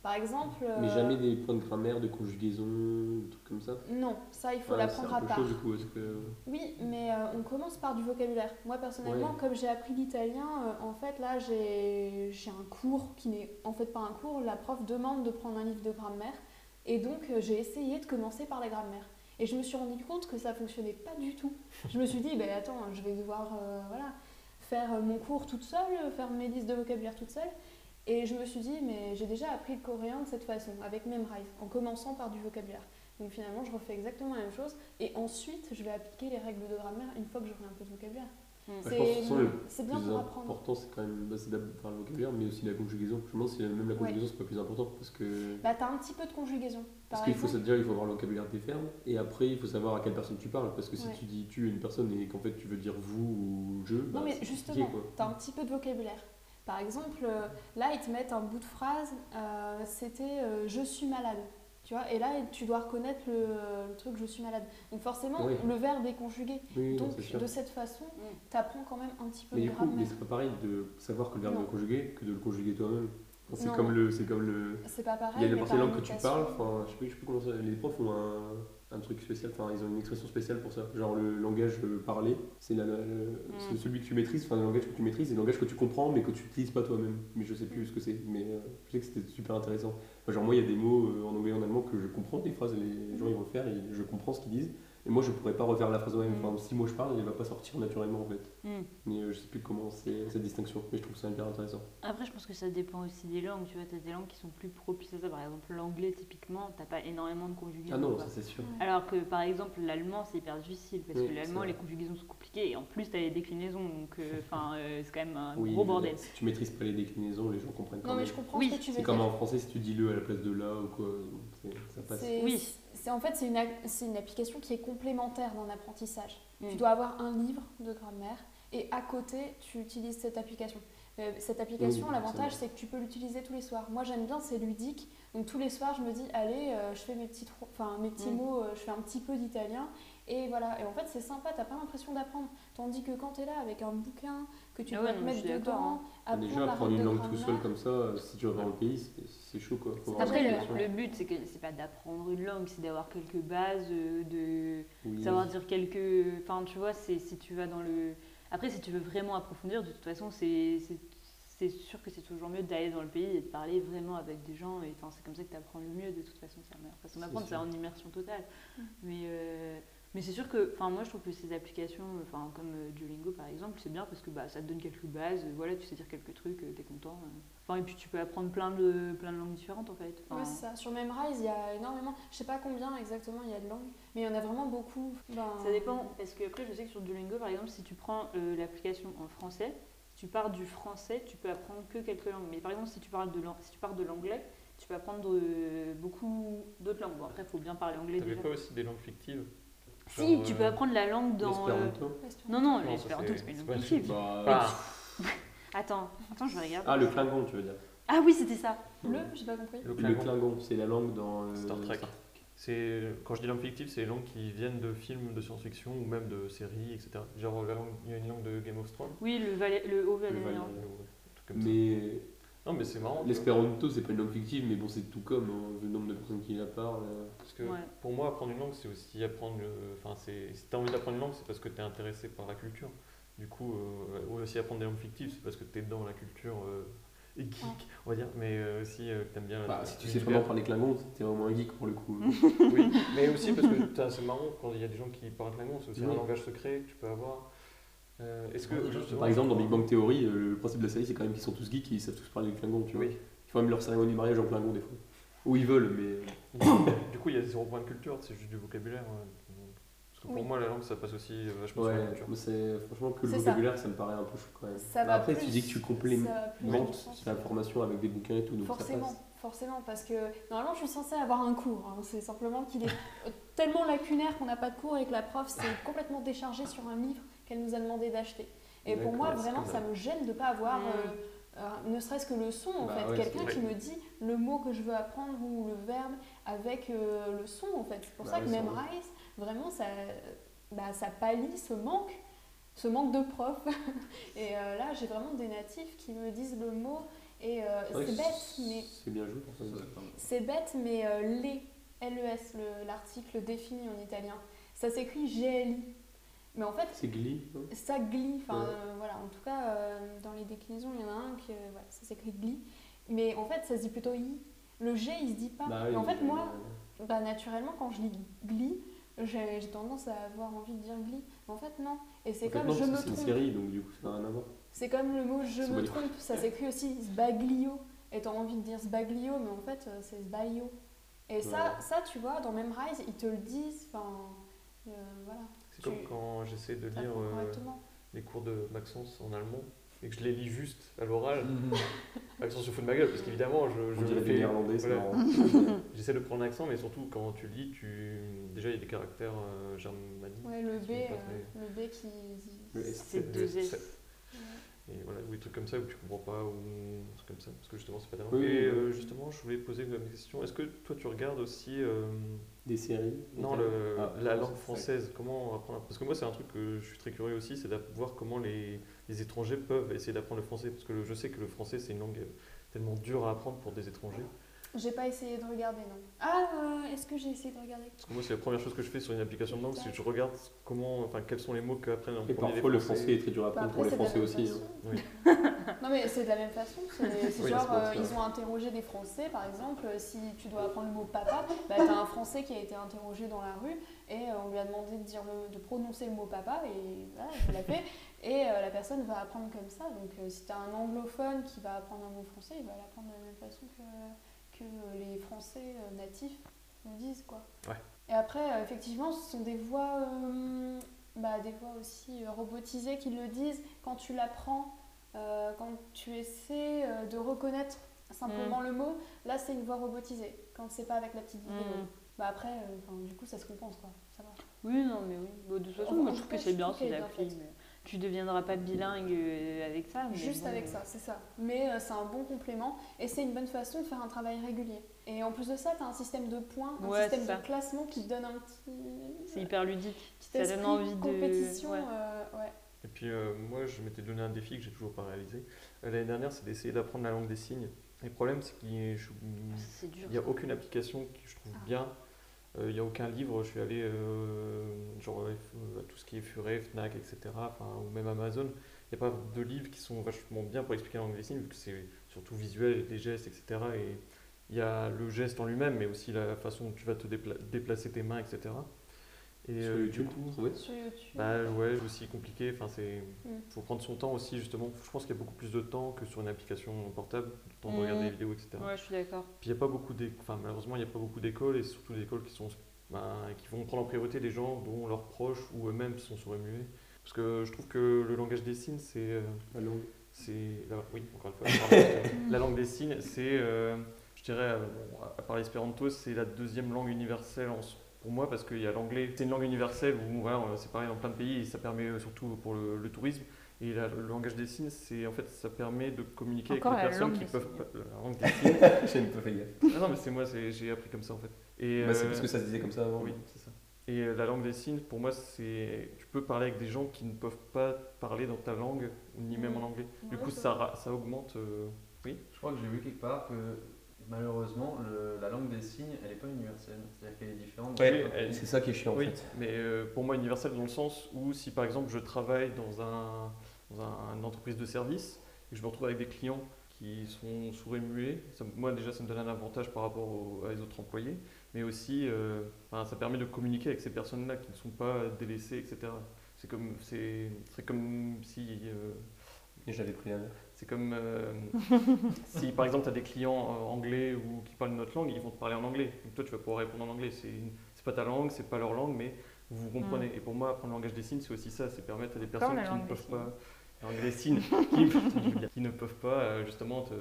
[SPEAKER 6] Par exemple.
[SPEAKER 4] mais
[SPEAKER 6] euh,
[SPEAKER 4] jamais des points de grammaire, de conjugaison, des trucs comme ça.
[SPEAKER 6] Non, ça il faut
[SPEAKER 4] Ah,
[SPEAKER 6] l'apprendre
[SPEAKER 4] C'est
[SPEAKER 6] à
[SPEAKER 4] un peu
[SPEAKER 6] part.
[SPEAKER 4] chaud du coup, parce que.
[SPEAKER 6] Oui, mais euh, on commence par du vocabulaire. Moi personnellement,
[SPEAKER 4] Ouais.
[SPEAKER 6] comme j'ai appris l'italien, euh, en fait là j'ai j'ai un cours qui n'est en fait pas un cours, la prof demande de prendre un livre de grammaire et donc euh, j'ai essayé de commencer par la grammaire. Et je me suis rendu compte que ça fonctionnait pas du tout. Je me suis dit, ben attends, je vais devoir euh, voilà, faire euh, mon cours toute seule, euh, faire mes listes de vocabulaire toute seule. Et je me suis dit, mais j'ai déjà appris le coréen de cette façon, avec Memrise, en commençant par du vocabulaire. Donc finalement, je refais exactement la même chose. Et ensuite, je vais appliquer les règles de grammaire une fois que j'aurai un peu de vocabulaire.
[SPEAKER 3] Mm.
[SPEAKER 4] Bah, je pense que ce sont les
[SPEAKER 6] C'est
[SPEAKER 4] Le
[SPEAKER 6] bien
[SPEAKER 4] plus
[SPEAKER 6] pour apprendre.
[SPEAKER 4] important, c'est quand même bah, c'est d'ab- enfin, le vocabulaire, mais aussi la conjugaison. Je me demande si même la conjugaison, c'est pas plus important parce que.
[SPEAKER 6] Bah, t'as un petit peu de conjugaison.
[SPEAKER 4] Parce
[SPEAKER 6] Par
[SPEAKER 4] qu'il faut
[SPEAKER 6] exemple.
[SPEAKER 4] ça déjà, il faut avoir le vocabulaire des verbes et après il faut savoir à quelle personne tu parles parce que si
[SPEAKER 6] Ouais.
[SPEAKER 4] tu dis tu à une personne et qu'en fait tu veux dire vous ou je, bah,
[SPEAKER 6] Non, mais
[SPEAKER 4] c'est
[SPEAKER 6] justement,
[SPEAKER 4] compliqué,
[SPEAKER 6] t'as un petit peu de vocabulaire. Par exemple, euh, là, ils te mettent un bout de phrase, euh, c'était euh, je suis malade. Tu vois, et là, tu dois reconnaître le, le truc je suis malade. Donc forcément,
[SPEAKER 4] Oui.
[SPEAKER 6] le verbe est conjugué.
[SPEAKER 4] quoi. Oui, non,
[SPEAKER 6] Donc
[SPEAKER 4] c'est sûr.
[SPEAKER 6] de cette façon,
[SPEAKER 4] Mm.
[SPEAKER 6] t'apprends quand même un petit peu
[SPEAKER 4] Mais
[SPEAKER 6] de
[SPEAKER 4] du coup, mais
[SPEAKER 6] grammaire.
[SPEAKER 4] c'est pas pareil de savoir que le verbe
[SPEAKER 6] Non.
[SPEAKER 4] est conjugué que de le conjuguer toi-même. Enfin, C'est
[SPEAKER 6] Non,
[SPEAKER 4] comme
[SPEAKER 6] non.
[SPEAKER 4] le. C'est comme le.
[SPEAKER 6] C'est pas
[SPEAKER 3] Ah,
[SPEAKER 6] pareil.
[SPEAKER 4] Il y a
[SPEAKER 6] mais
[SPEAKER 4] n'importe quelle
[SPEAKER 6] par
[SPEAKER 4] langue que tu
[SPEAKER 6] imitation.
[SPEAKER 4] parles, enfin, je sais plus, je sais plus comment ça. Les profs ont un, un truc spécial, enfin, ils ont une expression spéciale pour ça. Genre le langage euh, parlé, c'est la- la- c'est
[SPEAKER 3] Mm.
[SPEAKER 4] celui que tu maîtrises, enfin, le langage que tu maîtrises et le langage que tu comprends mais que tu n'utilises pas toi-même. Mais je sais plus ce que c'est, mais euh, je sais que c'était super intéressant. Enfin, genre, moi, il y a des mots euh, en anglais et en allemand que je comprends, des phrases, les gens ils vont le faire et je comprends ce qu'ils disent. Et moi, je pourrais pas refaire la phrase moi-même.
[SPEAKER 3] Mm.
[SPEAKER 4] Enfin, si moi je parle, elle va pas sortir naturellement en fait.
[SPEAKER 3] Mm.
[SPEAKER 4] Mais euh, je sais plus comment c'est cette distinction, mais je trouve ça hyper intéressant.
[SPEAKER 3] Après, je pense que ça dépend aussi des langues. Tu vois, t'as des langues qui sont plus propices à ça. Par exemple, l'anglais, typiquement, t'as pas énormément de conjugaisons.
[SPEAKER 4] Ah non,
[SPEAKER 3] quoi.
[SPEAKER 4] ça c'est sûr.
[SPEAKER 3] Alors que par exemple l'allemand c'est hyper difficile parce
[SPEAKER 4] Oui,
[SPEAKER 3] que l'allemand
[SPEAKER 4] c'est vrai.
[SPEAKER 3] les conjugaisons sont compliquées et en plus t'as les déclinaisons
[SPEAKER 4] [LAUGHS]
[SPEAKER 3] donc euh, enfin euh, c'est quand même un
[SPEAKER 4] Oui,
[SPEAKER 3] gros
[SPEAKER 4] mais
[SPEAKER 3] bordel.
[SPEAKER 4] Si tu maîtrises pas les déclinaisons, les gens comprennent quand
[SPEAKER 6] Non, mais
[SPEAKER 4] même.
[SPEAKER 6] je comprends
[SPEAKER 3] Oui,
[SPEAKER 6] ce que tu veux
[SPEAKER 4] C'est
[SPEAKER 6] dire.
[SPEAKER 4] comme en français, si tu dis le à la place de là ou quoi, c'est- ça passe.
[SPEAKER 6] C'est-
[SPEAKER 3] Oui.
[SPEAKER 6] c'est- en fait, c'est une, ac- c'est une application qui est complémentaire d'un apprentissage.
[SPEAKER 3] Mm.
[SPEAKER 6] Tu dois avoir un livre de grammaire et à côté, tu utilises cette application. Euh, cette application,
[SPEAKER 4] Oui,
[SPEAKER 6] l'avantage,
[SPEAKER 4] c'est
[SPEAKER 6] c'est que tu peux l'utiliser tous les soirs. Moi, j'aime bien, c'est ludique. Donc, tous les soirs, je me dis, allez, euh, je fais mes petits, trous- enfin, mes petits
[SPEAKER 3] Mm.
[SPEAKER 6] mots, euh, je fais un petit peu d'italien. Et voilà. Et en fait, c'est sympa, t'as pas l'impression d'apprendre. Tandis que quand t'es là avec un bouquin, que tu
[SPEAKER 3] Ah
[SPEAKER 6] peux
[SPEAKER 3] ouais,
[SPEAKER 6] te
[SPEAKER 3] non,
[SPEAKER 6] mettre
[SPEAKER 3] je suis d'accord, hein.
[SPEAKER 6] dedans,
[SPEAKER 4] Enfin,
[SPEAKER 6] apprendre
[SPEAKER 4] Déjà,
[SPEAKER 6] la
[SPEAKER 4] apprendre
[SPEAKER 6] règle
[SPEAKER 4] une
[SPEAKER 6] de
[SPEAKER 4] langue tout seul
[SPEAKER 6] grammaire.
[SPEAKER 4] comme ça, euh, si tu vas dans le pays, c'est- c'est chaud quoi. Faut avoir
[SPEAKER 3] Après,
[SPEAKER 4] une
[SPEAKER 3] le,
[SPEAKER 4] application.
[SPEAKER 3] le but, c'est que c'est pas d'apprendre une langue, c'est d'avoir quelques bases, euh, de
[SPEAKER 4] Oui.
[SPEAKER 3] savoir dire quelques. Enfin, tu vois, c'est si tu vas dans le. Après, si tu veux vraiment approfondir, de toute façon, c'est c'est- c'est sûr que c'est toujours mieux d'aller dans le pays et de parler vraiment avec des gens. Et enfin, c'est comme ça que tu apprends le mieux, de toute façon, c'est la meilleure façon d'apprendre, c'est
[SPEAKER 4] sûr.
[SPEAKER 3] en immersion totale.
[SPEAKER 6] Mm.
[SPEAKER 3] Mais, euh, mais c'est sûr que, enfin, moi, je trouve que ces applications, enfin, comme euh, Duolingo par exemple, c'est bien parce que bah, ça te donne quelques bases, euh, voilà, tu sais dire quelques trucs, tu t'es content. euh. Enfin, et puis tu peux apprendre plein de, plein de langues différentes en fait. Enfin,
[SPEAKER 6] Ouais, c'est ça. Sur Memrise, il y a énormément. Je sais pas combien exactement il y a de langues, mais il y en a vraiment beaucoup. Ben,
[SPEAKER 3] Ça dépend, parce que après je sais que sur Duolingo, par exemple, si tu prends euh, l'application en français, si tu pars du français, tu peux apprendre que quelques langues. Mais par exemple, si tu parles de l'an- si tu pars de l'anglais, tu peux apprendre euh, beaucoup d'autres langues. Bon, après, il faut bien parler anglais
[SPEAKER 7] T'avais
[SPEAKER 3] déjà.
[SPEAKER 7] pas aussi des langues fictives
[SPEAKER 3] Si,
[SPEAKER 7] Genre,
[SPEAKER 3] tu
[SPEAKER 7] euh,
[SPEAKER 3] peux apprendre la langue dans. euh,
[SPEAKER 4] L'espéranto.
[SPEAKER 3] Non, non,
[SPEAKER 7] ça,
[SPEAKER 3] l'espéranto,
[SPEAKER 7] c'est-
[SPEAKER 3] c'est pas une
[SPEAKER 7] c'est
[SPEAKER 3] langue
[SPEAKER 7] pas une-
[SPEAKER 3] fictive.
[SPEAKER 4] Bah,
[SPEAKER 6] Ah.
[SPEAKER 7] Bah,
[SPEAKER 3] Attends, attends, je regarde.
[SPEAKER 4] Ah, le Klingon, tu veux dire.
[SPEAKER 3] Ah oui, c'était ça.
[SPEAKER 6] Bleu, j'ai pas compris.
[SPEAKER 7] le
[SPEAKER 4] Le
[SPEAKER 7] Klingon.
[SPEAKER 4] Klingon, c'est la langue dans. euh,
[SPEAKER 7] Star Trek. C'est quand je dis langue fictive, c'est les langues qui viennent de films de science-fiction ou même de séries, etc. Genre la langue- il y a une langue de Game of Thrones,
[SPEAKER 3] Oui, le, valé... le haut hein. valérien.
[SPEAKER 4] valérien.
[SPEAKER 7] ou un truc comme ça.
[SPEAKER 4] Mais
[SPEAKER 7] Non mais c'est marrant. tu vois,
[SPEAKER 4] l'espéranto, c'est pas une langue fictive, mais bon, c'est tout comme hein, le nombre de personnes qui la parlent. euh.
[SPEAKER 7] Parce que
[SPEAKER 3] Ouais.
[SPEAKER 7] pour moi, apprendre une langue, c'est aussi apprendre. le- Enfin, c'est si t'as envie d'apprendre une langue, c'est parce que t'es intéressé par la culture. Du coup, euh, ou aussi apprendre des langues fictives, c'est parce que t'es dans la culture euh, et geek, on va dire. Mais euh, aussi euh, que t'aimes bien.
[SPEAKER 4] Bah,
[SPEAKER 7] la-
[SPEAKER 4] si tu sais
[SPEAKER 7] l'univers.
[SPEAKER 4] vraiment parler Klingon, t'es vraiment un geek pour le coup. [LAUGHS]
[SPEAKER 6] [LAUGHS]
[SPEAKER 7] Oui, mais aussi parce que putain, c'est marrant quand il y a des gens qui parlent Klingon, c'est aussi un
[SPEAKER 4] Oui.
[SPEAKER 7] langage secret que tu peux avoir. Euh, Est-ce que justement-
[SPEAKER 4] Par exemple, dans Big Bang Theory, euh, le principe de la série, c'est quand même qu'ils sont tous geeks et ils savent tous parler Klingon, tu vois.
[SPEAKER 7] Oui.
[SPEAKER 4] Ils font même leur cérémonie de mariage en Klingon des fois. Ou ils veulent, mais.
[SPEAKER 7] Du coup, il y a zéro point de culture, c'est juste du vocabulaire. ouais. Parce que pour
[SPEAKER 6] Oui.
[SPEAKER 7] moi, la langue, ça passe aussi euh, vachement sur la
[SPEAKER 4] Ouais,
[SPEAKER 7] culture.
[SPEAKER 4] mais c'est franchement que le
[SPEAKER 6] C'est ça.
[SPEAKER 4] vocabulaire, ça. me paraît un peu chaud quand même.
[SPEAKER 6] Ça
[SPEAKER 4] Mais
[SPEAKER 6] va
[SPEAKER 4] après,
[SPEAKER 6] plus.
[SPEAKER 4] tu dis que tu
[SPEAKER 6] Ça
[SPEAKER 4] complémentes
[SPEAKER 6] va plus dans le sens.
[SPEAKER 4] la formation avec des bouquins et tout, donc
[SPEAKER 6] Forcément,
[SPEAKER 4] ça passe.
[SPEAKER 6] forcément, parce que normalement je suis censée avoir un cours. hein. C'est simplement qu'il est tellement lacunaire qu'on n'a pas de cours et que la prof
[SPEAKER 4] [LAUGHS]
[SPEAKER 6] s'est complètement déchargée sur un livre qu'elle nous a demandé d'acheter. Et pour moi,
[SPEAKER 4] D'accord, c'est
[SPEAKER 6] vraiment,
[SPEAKER 4] comme
[SPEAKER 6] ça me gêne de ne pas avoir,
[SPEAKER 3] Mm.
[SPEAKER 6] euh, euh, ne serait-ce que le son en
[SPEAKER 4] Bah
[SPEAKER 6] fait.
[SPEAKER 4] ouais,
[SPEAKER 6] Quelqu'un
[SPEAKER 4] c'est
[SPEAKER 6] qui
[SPEAKER 7] vrai.
[SPEAKER 6] me dit le mot que je veux apprendre ou le verbe avec euh, le son en fait. C'est pour
[SPEAKER 4] Bah
[SPEAKER 6] ça
[SPEAKER 4] ouais,
[SPEAKER 6] que
[SPEAKER 4] c'est
[SPEAKER 6] même
[SPEAKER 4] vrai.
[SPEAKER 6] Rice, vraiment, ça, bah, ça pallie ce manque, ce manque de prof. [LAUGHS] et euh, là, j'ai vraiment des natifs qui me disent le mot. Et euh,
[SPEAKER 4] Ouais,
[SPEAKER 6] c'est bête, mais
[SPEAKER 4] C'est bien joué pour ça.
[SPEAKER 6] c'est bête, mais euh, les, LES, le- l'article défini en italien, ça s'écrit GLI. Mais en fait,
[SPEAKER 4] C'est Glee. hein
[SPEAKER 6] ça glie. Enfin,
[SPEAKER 4] Ouais.
[SPEAKER 6] euh, voilà, en tout cas, euh, dans les déclinaisons, il y en a un qui, euh, voilà, ça s'écrit glie. Mais en fait, ça se dit plutôt i. Le G, il se dit pas.
[SPEAKER 4] Bah
[SPEAKER 6] Et
[SPEAKER 4] oui,
[SPEAKER 6] en fait,
[SPEAKER 4] mais-
[SPEAKER 6] moi, bah, naturellement, quand je lis glie, j'ai j'ai tendance à avoir envie de dire glie. Mais en fait, non. Et c'est
[SPEAKER 4] En fait,
[SPEAKER 6] comme
[SPEAKER 4] non,
[SPEAKER 6] je
[SPEAKER 4] parce
[SPEAKER 6] me
[SPEAKER 4] que C'est une
[SPEAKER 6] trompe.
[SPEAKER 4] série, donc du coup, ça n'a rien à voir.
[SPEAKER 6] C'est comme le mot je
[SPEAKER 4] C'est
[SPEAKER 6] me
[SPEAKER 4] bon.
[SPEAKER 6] trompe, ça s'écrit aussi sbaglio. Et t'as envie de dire sbaglio, mais en fait euh, c'est sbaglio. Et ça,
[SPEAKER 4] Ouais.
[SPEAKER 6] ça, tu vois, dans Memrise, ils te le disent, enfin, euh, voilà,
[SPEAKER 7] C'est comme
[SPEAKER 6] tu-
[SPEAKER 7] quand j'essaie de
[SPEAKER 6] ça
[SPEAKER 7] lire
[SPEAKER 6] prend
[SPEAKER 7] euh,
[SPEAKER 6] correctement.
[SPEAKER 7] les cours de Maxence en allemand et que je les lis juste à l'oral. Maxence se fout de ma gueule parce qu'évidemment, [LAUGHS] je,
[SPEAKER 4] Mm. On
[SPEAKER 7] je
[SPEAKER 4] dirait
[SPEAKER 7] fais-
[SPEAKER 4] des néerlandais, c'est
[SPEAKER 7] voilà.
[SPEAKER 4] marrant.
[SPEAKER 7] [LAUGHS] J'essaie de prendre l'accent, mais surtout quand tu lis, tu déjà il y a des caractères euh, germaniques.
[SPEAKER 6] Ouais, le
[SPEAKER 7] qui
[SPEAKER 6] B,
[SPEAKER 7] sont pas
[SPEAKER 6] euh,
[SPEAKER 7] très-
[SPEAKER 6] le B qui.
[SPEAKER 4] Le
[SPEAKER 6] Ouais,
[SPEAKER 4] S.
[SPEAKER 3] C'est deux S.
[SPEAKER 7] Et voilà, ou des trucs comme ça où tu comprends pas, ou des trucs comme ça, parce que justement c'est pas ta langue.
[SPEAKER 4] Oui, oui,
[SPEAKER 7] Et
[SPEAKER 4] oui.
[SPEAKER 7] euh, justement, je voulais poser une question. Est-ce que toi tu regardes aussi euh,
[SPEAKER 4] Des séries.
[SPEAKER 7] Non,
[SPEAKER 4] Italien.
[SPEAKER 7] le-
[SPEAKER 4] Ah,
[SPEAKER 7] la
[SPEAKER 4] non,
[SPEAKER 7] langue
[SPEAKER 4] c'est ça.
[SPEAKER 7] française, comment apprendre Parce que moi, c'est un truc que je suis très curieux aussi, c'est de voir comment les, les étrangers peuvent essayer d'apprendre le français. Parce que le- je sais que le français, c'est une langue euh, tellement dure à apprendre pour des étrangers.
[SPEAKER 6] J'ai pas essayé de regarder, non. Ah, euh, est-ce que j'ai essayé de regarder
[SPEAKER 7] Parce que moi, c'est la première chose que je fais sur une application de langue, c'est que je regarde comment, enfin, quels sont les mots que apprennent en
[SPEAKER 4] Et
[SPEAKER 7] premier les
[SPEAKER 4] parfois, le
[SPEAKER 7] Français.
[SPEAKER 4] français est très dur à
[SPEAKER 6] Bah,
[SPEAKER 4] apprendre
[SPEAKER 6] après,
[SPEAKER 4] pour les
[SPEAKER 6] c'est de la
[SPEAKER 4] Français
[SPEAKER 6] même
[SPEAKER 4] aussi.
[SPEAKER 6] façon.
[SPEAKER 4] hein.
[SPEAKER 7] Oui.
[SPEAKER 4] [LAUGHS]
[SPEAKER 6] Non mais c'est de la même façon, c'est c'est
[SPEAKER 4] Oui,
[SPEAKER 6] genre
[SPEAKER 4] c'est pour
[SPEAKER 6] euh,
[SPEAKER 4] ça.
[SPEAKER 6] ils ont interrogé des Français par exemple, euh, si tu dois apprendre le mot papa, bah, t'as un Français qui a été interrogé dans la rue et euh, on lui a demandé de, dire le- de prononcer le mot papa et voilà, je l'a
[SPEAKER 4] [LAUGHS]
[SPEAKER 6] fait et euh, la personne va apprendre comme ça, donc euh, si t'as un anglophone qui va apprendre un mot français, il va l'apprendre de la même façon que, que les Français euh, natifs nous disent quoi.
[SPEAKER 7] Ouais.
[SPEAKER 6] Et après euh, effectivement ce sont des voix, euh, bah, des voix aussi euh, robotisées qui le disent, quand tu l'apprends euh, quand tu essaies euh, de reconnaître
[SPEAKER 3] Mm.
[SPEAKER 6] simplement le mot, là c'est une voix robotisée, quand c'est pas avec la petite vidéo.
[SPEAKER 3] Mm.
[SPEAKER 6] Bah après, euh, enfin, du coup ça se compense quoi, ça va.
[SPEAKER 3] Ah, Oui, non, mais oui. Bon, de toute façon,
[SPEAKER 6] En-
[SPEAKER 3] moi,
[SPEAKER 6] en
[SPEAKER 3] je
[SPEAKER 6] tout
[SPEAKER 3] trouve que
[SPEAKER 6] cas,
[SPEAKER 3] c'est
[SPEAKER 6] je
[SPEAKER 3] bien
[SPEAKER 6] trouve
[SPEAKER 3] ces
[SPEAKER 6] qu'elle est bien
[SPEAKER 3] applis.
[SPEAKER 6] faite.
[SPEAKER 3] mais- tu deviendras pas bilingue euh, avec ça. mais
[SPEAKER 6] Juste
[SPEAKER 3] bon,
[SPEAKER 6] avec
[SPEAKER 3] euh,
[SPEAKER 6] ça, c'est ça. Mais euh, c'est un bon complément et c'est une bonne façon de faire un travail régulier. Et en plus de ça, tu as un système de points, un
[SPEAKER 3] Ouais,
[SPEAKER 6] système
[SPEAKER 3] c'est
[SPEAKER 6] de
[SPEAKER 3] ça.
[SPEAKER 6] classement qui te donne un petit, euh,
[SPEAKER 3] C'est hyper ludique.
[SPEAKER 6] petit
[SPEAKER 3] ça donne
[SPEAKER 6] esprit
[SPEAKER 3] envie de-
[SPEAKER 6] compétition.
[SPEAKER 3] ouais.
[SPEAKER 6] euh, ouais.
[SPEAKER 7] Et puis euh, moi, je m'étais donné un défi que j'ai toujours pas réalisé. Euh, L'année dernière, c'est d'essayer d'apprendre la langue des signes. Et le problème, c'est qu'il y a- je-
[SPEAKER 3] C'est dur.
[SPEAKER 7] il n'y a aucune application que je trouve bien. Euh, Il n'y a aucun livre. Je suis allé euh, genre euh, à tout ce qui est Furet, Fnac, etc. enfin, Ou même Amazon. Il n'y a pas de livres qui sont vachement bien pour expliquer la langue des signes, vu que c'est surtout visuel, des gestes, etc. Et il y a le geste en lui-même, mais aussi la façon dont tu vas te dépla- déplacer tes mains, etc. Et
[SPEAKER 4] Sur
[SPEAKER 7] euh, du
[SPEAKER 4] YouTube,
[SPEAKER 7] coup-
[SPEAKER 4] trouver.
[SPEAKER 6] Sur YouTube.
[SPEAKER 7] bah ouais, aussi compliqué. Enfin, c'est
[SPEAKER 6] Mm.
[SPEAKER 7] faut prendre son temps aussi justement. Je pense qu'il y a beaucoup plus de temps que sur une application portable, le temps de regarder
[SPEAKER 3] Mm.
[SPEAKER 7] des vidéos, etc.
[SPEAKER 3] Ouais, je suis d'accord.
[SPEAKER 7] Puis il y a pas beaucoup d'é- enfin malheureusement il n'y a pas beaucoup d'écoles et surtout des écoles qui sont ben, qui vont prendre en priorité les gens dont leurs proches ou eux-mêmes sont surmués. Parce que je trouve que le langage des signes c'est euh,
[SPEAKER 4] La [LAUGHS] langue.
[SPEAKER 7] c'est la... oui encore une
[SPEAKER 2] [LAUGHS]
[SPEAKER 7] fois pardon. la langue des signes c'est euh, je dirais euh, bon, à part l'espéranto c'est la deuxième langue universelle en s- pour moi parce qu'il y a l'anglais c'est une langue universelle où voilà, on- c'est pareil dans plein de pays et ça permet euh, surtout pour le, le tourisme et la- le langage des signes c'est en fait ça permet de communiquer
[SPEAKER 3] Encore
[SPEAKER 7] avec
[SPEAKER 3] la
[SPEAKER 7] les personnes
[SPEAKER 3] langue
[SPEAKER 7] qui
[SPEAKER 3] des
[SPEAKER 7] peuvent
[SPEAKER 3] signes.
[SPEAKER 7] pas- la langue des signes
[SPEAKER 2] J'aime pas fait gaffe.
[SPEAKER 7] ah non mais c'est moi c'est- j'ai appris comme ça en fait et
[SPEAKER 2] Bah, c'est
[SPEAKER 7] euh,
[SPEAKER 2] parce que ça se disait comme ça avant.
[SPEAKER 7] oui, c'est ça. Et euh, la langue des signes, pour moi, c'est. Tu peux parler avec des gens qui ne peuvent pas parler dans ta langue, ni même en anglais. Du
[SPEAKER 6] Mmh. Ouais,
[SPEAKER 7] coup,
[SPEAKER 6] c'est
[SPEAKER 7] ça, ra- ça augmente. euh,
[SPEAKER 2] Je crois que j'ai vu quelque part que malheureusement le- la langue des signes elle est pas universelle, c'est-à-dire qu'elle est différente.
[SPEAKER 7] Ouais, elle-
[SPEAKER 4] C'est ça qui est chiant en
[SPEAKER 7] oui,
[SPEAKER 4] fait.
[SPEAKER 7] mais euh, pour moi, universel dans le sens où, si par exemple, je travaille dans, un, dans un- une entreprise de service et que je me retrouve avec des clients qui sont sourds et muets, ça me- moi, déjà, ça me donne un avantage par rapport aux à les autres employés, mais aussi, euh, enfin, ça permet de communiquer avec ces personnes-là qui ne sont pas délaissées, etc. C'est comme, c'est, c'est comme si. euh,
[SPEAKER 4] Et j'avais pris un.
[SPEAKER 7] C'est comme euh, si par exemple tu as des clients euh, anglais ou qui parlent notre langue, ils vont te parler en anglais. Donc toi tu vas pouvoir répondre en anglais. C'est une- c'est pas ta langue, c'est pas leur langue, mais vous vous comprenez. Et pour moi, apprendre le langage des signes, c'est aussi ça c'est permettre à des personnes
[SPEAKER 3] la
[SPEAKER 7] qui
[SPEAKER 3] langue
[SPEAKER 7] ne
[SPEAKER 3] des
[SPEAKER 7] peuvent pas. la langue des signes, [LAUGHS] qui, putain, je dis bien, qui ne peuvent pas euh, justement te-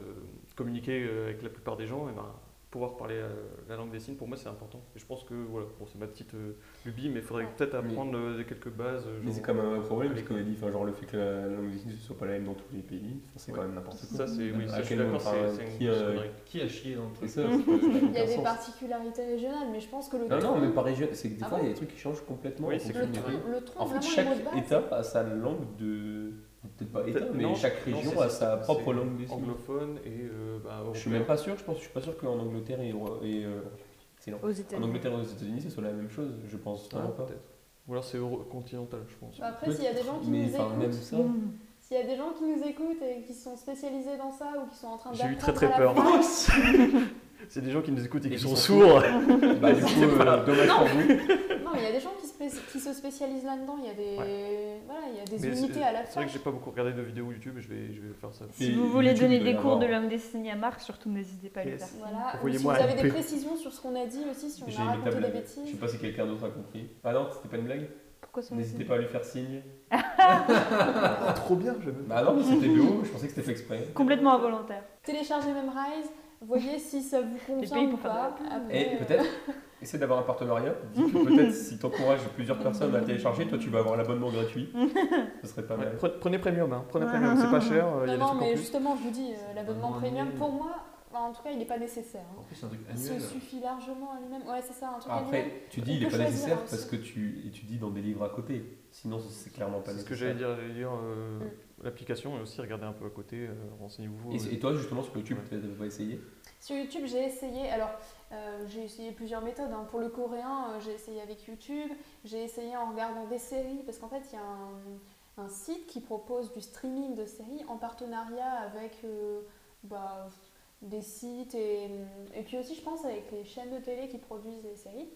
[SPEAKER 7] communiquer euh, avec la plupart des gens, et ben, pouvoir parler euh, la langue des signes, pour moi c'est important. Et je pense que voilà, bon, c'est ma petite euh, lubie, mais il faudrait
[SPEAKER 6] Ouais.
[SPEAKER 7] peut-être apprendre euh, quelques bases. euh,
[SPEAKER 4] Mais c'est
[SPEAKER 7] genre-
[SPEAKER 4] quand même un problème, parce
[SPEAKER 7] Avec-
[SPEAKER 4] qu'on a dit, enfin, genre le fait que la langue des signes ne soit pas la même dans tous les pays, enfin, c'est
[SPEAKER 7] Ouais.
[SPEAKER 4] quand même n'importe quoi.
[SPEAKER 7] Ça, c'est oui,
[SPEAKER 4] À
[SPEAKER 7] ça, je suis
[SPEAKER 4] quel
[SPEAKER 7] d'accord,
[SPEAKER 4] moment,
[SPEAKER 7] c'est
[SPEAKER 4] enfin,
[SPEAKER 7] c'est une
[SPEAKER 4] qui, euh,
[SPEAKER 7] connerie.
[SPEAKER 2] Qui a chié dans le
[SPEAKER 4] C'est
[SPEAKER 2] truc
[SPEAKER 4] ça, c'est pas-
[SPEAKER 6] [LAUGHS]
[SPEAKER 4] ça n'a
[SPEAKER 6] Il y a
[SPEAKER 4] aucun
[SPEAKER 6] des
[SPEAKER 4] sens.
[SPEAKER 6] particularités régionales, mais je pense que le
[SPEAKER 4] Ah Non, non,
[SPEAKER 6] tronc,
[SPEAKER 4] mais pas régional, c'est que des
[SPEAKER 6] Ah
[SPEAKER 4] fois, il
[SPEAKER 6] bon
[SPEAKER 4] y a des trucs qui changent complètement.
[SPEAKER 7] Oui,
[SPEAKER 4] en
[SPEAKER 7] c'est
[SPEAKER 4] fonction
[SPEAKER 6] le
[SPEAKER 4] du
[SPEAKER 7] culturel.
[SPEAKER 4] pays.
[SPEAKER 6] tronc, le tronc,
[SPEAKER 4] En fait,
[SPEAKER 6] vraiment
[SPEAKER 4] chaque
[SPEAKER 6] les mots de base.
[SPEAKER 4] État a sa langue de. Peut-être pas État,
[SPEAKER 7] Peut-être-
[SPEAKER 4] mais
[SPEAKER 7] non,
[SPEAKER 4] chaque
[SPEAKER 7] non,
[SPEAKER 4] région
[SPEAKER 7] c'est-
[SPEAKER 4] a sa
[SPEAKER 7] c'est-
[SPEAKER 4] propre
[SPEAKER 7] c'est
[SPEAKER 4] langue des signes.
[SPEAKER 7] anglophone et euh, bah,
[SPEAKER 4] Je
[SPEAKER 7] européen.
[SPEAKER 4] suis même pas sûr, je pense, je suis pas sûr qu'en Angleterre et. au- et, euh, c'est lent.
[SPEAKER 3] Aux
[SPEAKER 4] En
[SPEAKER 3] États-Unis.
[SPEAKER 4] Angleterre et aux États-Unis, ce soit la même chose, je pense.
[SPEAKER 7] Ah,
[SPEAKER 4] vraiment pas.
[SPEAKER 7] peut-être. Ou alors c'est euro- continental, je pense.
[SPEAKER 6] Bah, Après, s'il y a des gens qui
[SPEAKER 4] Mais
[SPEAKER 6] nous
[SPEAKER 4] enfin, même
[SPEAKER 6] écoutent,
[SPEAKER 4] ça.
[SPEAKER 6] s'il y a des gens qui nous écoutent et qui sont spécialisés dans ça ou qui sont en train
[SPEAKER 7] J'ai
[SPEAKER 6] d'apprendre
[SPEAKER 7] eu très très
[SPEAKER 6] à la
[SPEAKER 7] peur. [LAUGHS]
[SPEAKER 6] fois- [LAUGHS]
[SPEAKER 7] c'est des gens qui nous écoutent et qui
[SPEAKER 4] qui
[SPEAKER 7] sont
[SPEAKER 4] sont
[SPEAKER 7] sourds.
[SPEAKER 4] Bah, du coup, euh, dommage pour
[SPEAKER 6] [LAUGHS]
[SPEAKER 4] vous.
[SPEAKER 6] Non, mais il y a des gens qui, spé- qui se spécialisent là-dedans. Il y a des, voilà, il y a des
[SPEAKER 7] Mais c'est-
[SPEAKER 6] unités à la
[SPEAKER 7] C'est
[SPEAKER 6] fin.
[SPEAKER 7] vrai que j'ai pas beaucoup regardé de vidéos YouTube, je vais, je vais faire ça.
[SPEAKER 4] Et
[SPEAKER 3] Si vous voulez
[SPEAKER 4] YouTube
[SPEAKER 3] donner
[SPEAKER 4] doit
[SPEAKER 3] des
[SPEAKER 4] y
[SPEAKER 3] cours de
[SPEAKER 4] avoir.
[SPEAKER 3] langue des signes à Marc, surtout n'hésitez pas à le
[SPEAKER 7] Yes.
[SPEAKER 3] faire.
[SPEAKER 6] Voilà. ou Si vous
[SPEAKER 7] Envoyez-moi un
[SPEAKER 6] avez
[SPEAKER 7] P.
[SPEAKER 6] des précisions sur ce qu'on a dit aussi, si
[SPEAKER 4] J'ai
[SPEAKER 6] on a
[SPEAKER 4] une
[SPEAKER 6] raconté
[SPEAKER 4] table.
[SPEAKER 6] des
[SPEAKER 4] Je sais
[SPEAKER 6] bêtises.
[SPEAKER 4] pas si quelqu'un d'autre a compris. Ah non, c'était pas une blague
[SPEAKER 3] Pourquoi ça
[SPEAKER 4] N'hésitez pas à lui faire signe.
[SPEAKER 6] Ah,
[SPEAKER 7] [LAUGHS] trop bien, je veux.
[SPEAKER 4] Bah non, mais c'était de haut, je pensais que c'était fait exprès.
[SPEAKER 3] Complètement involontaire.
[SPEAKER 6] Téléchargez Memrise, voyez si ça vous
[SPEAKER 3] pays
[SPEAKER 6] convient ou
[SPEAKER 3] pour faire de la
[SPEAKER 6] pas. Après,
[SPEAKER 4] Et
[SPEAKER 6] euh,
[SPEAKER 4] peut-être, essaie d'avoir un partenariat. Dis que peut-être si t'encourages
[SPEAKER 6] [LAUGHS]
[SPEAKER 4] plusieurs personnes à télécharger, toi tu vas avoir l'abonnement gratuit. Ce serait pas mal.
[SPEAKER 7] Bah, prenez Premium, hein. prenez Premium,
[SPEAKER 6] [LAUGHS]
[SPEAKER 7] c'est pas cher, euh, il y a des
[SPEAKER 6] Non, non,
[SPEAKER 7] trucs en
[SPEAKER 6] mais
[SPEAKER 7] plus.
[SPEAKER 6] justement, je vous dis, euh, l'abonnement
[SPEAKER 2] vraiment
[SPEAKER 6] premium,
[SPEAKER 2] annuel.
[SPEAKER 6] pour moi, enfin, en tout cas, il n'est pas nécessaire. hein.
[SPEAKER 2] En plus c'est un truc
[SPEAKER 6] Il
[SPEAKER 2] annuel.
[SPEAKER 6] se suffit largement à lui-même. Ouais, c'est ça, un truc
[SPEAKER 4] Après,
[SPEAKER 6] annuel.
[SPEAKER 4] tu dis
[SPEAKER 6] On
[SPEAKER 4] il est
[SPEAKER 6] peut
[SPEAKER 4] pas
[SPEAKER 6] choisir
[SPEAKER 4] nécessaire
[SPEAKER 6] aussi.
[SPEAKER 4] parce que tu étudies dans des livres à côté. Sinon, c'est clairement pas
[SPEAKER 7] C'est ce
[SPEAKER 4] nécessaire.
[SPEAKER 7] que j'allais dire, j'allais dire euh,
[SPEAKER 6] Mm.
[SPEAKER 7] l'application et aussi regardez un peu à côté, euh, renseignez-vous.
[SPEAKER 4] Et, c'est-
[SPEAKER 7] euh,
[SPEAKER 4] et toi, justement, sur YouTube, tu t'as pas essayé
[SPEAKER 6] Sur YouTube, j'ai essayé. Alors, euh, j'ai essayé plusieurs méthodes. hein. Pour le coréen, euh, j'ai essayé avec YouTube. J'ai essayé en regardant des séries. Parce qu'en fait, il y a un, un site qui propose du streaming de séries en partenariat avec euh, bah, des sites. Et, et puis aussi, je pense, avec les chaînes de télé qui produisent les séries.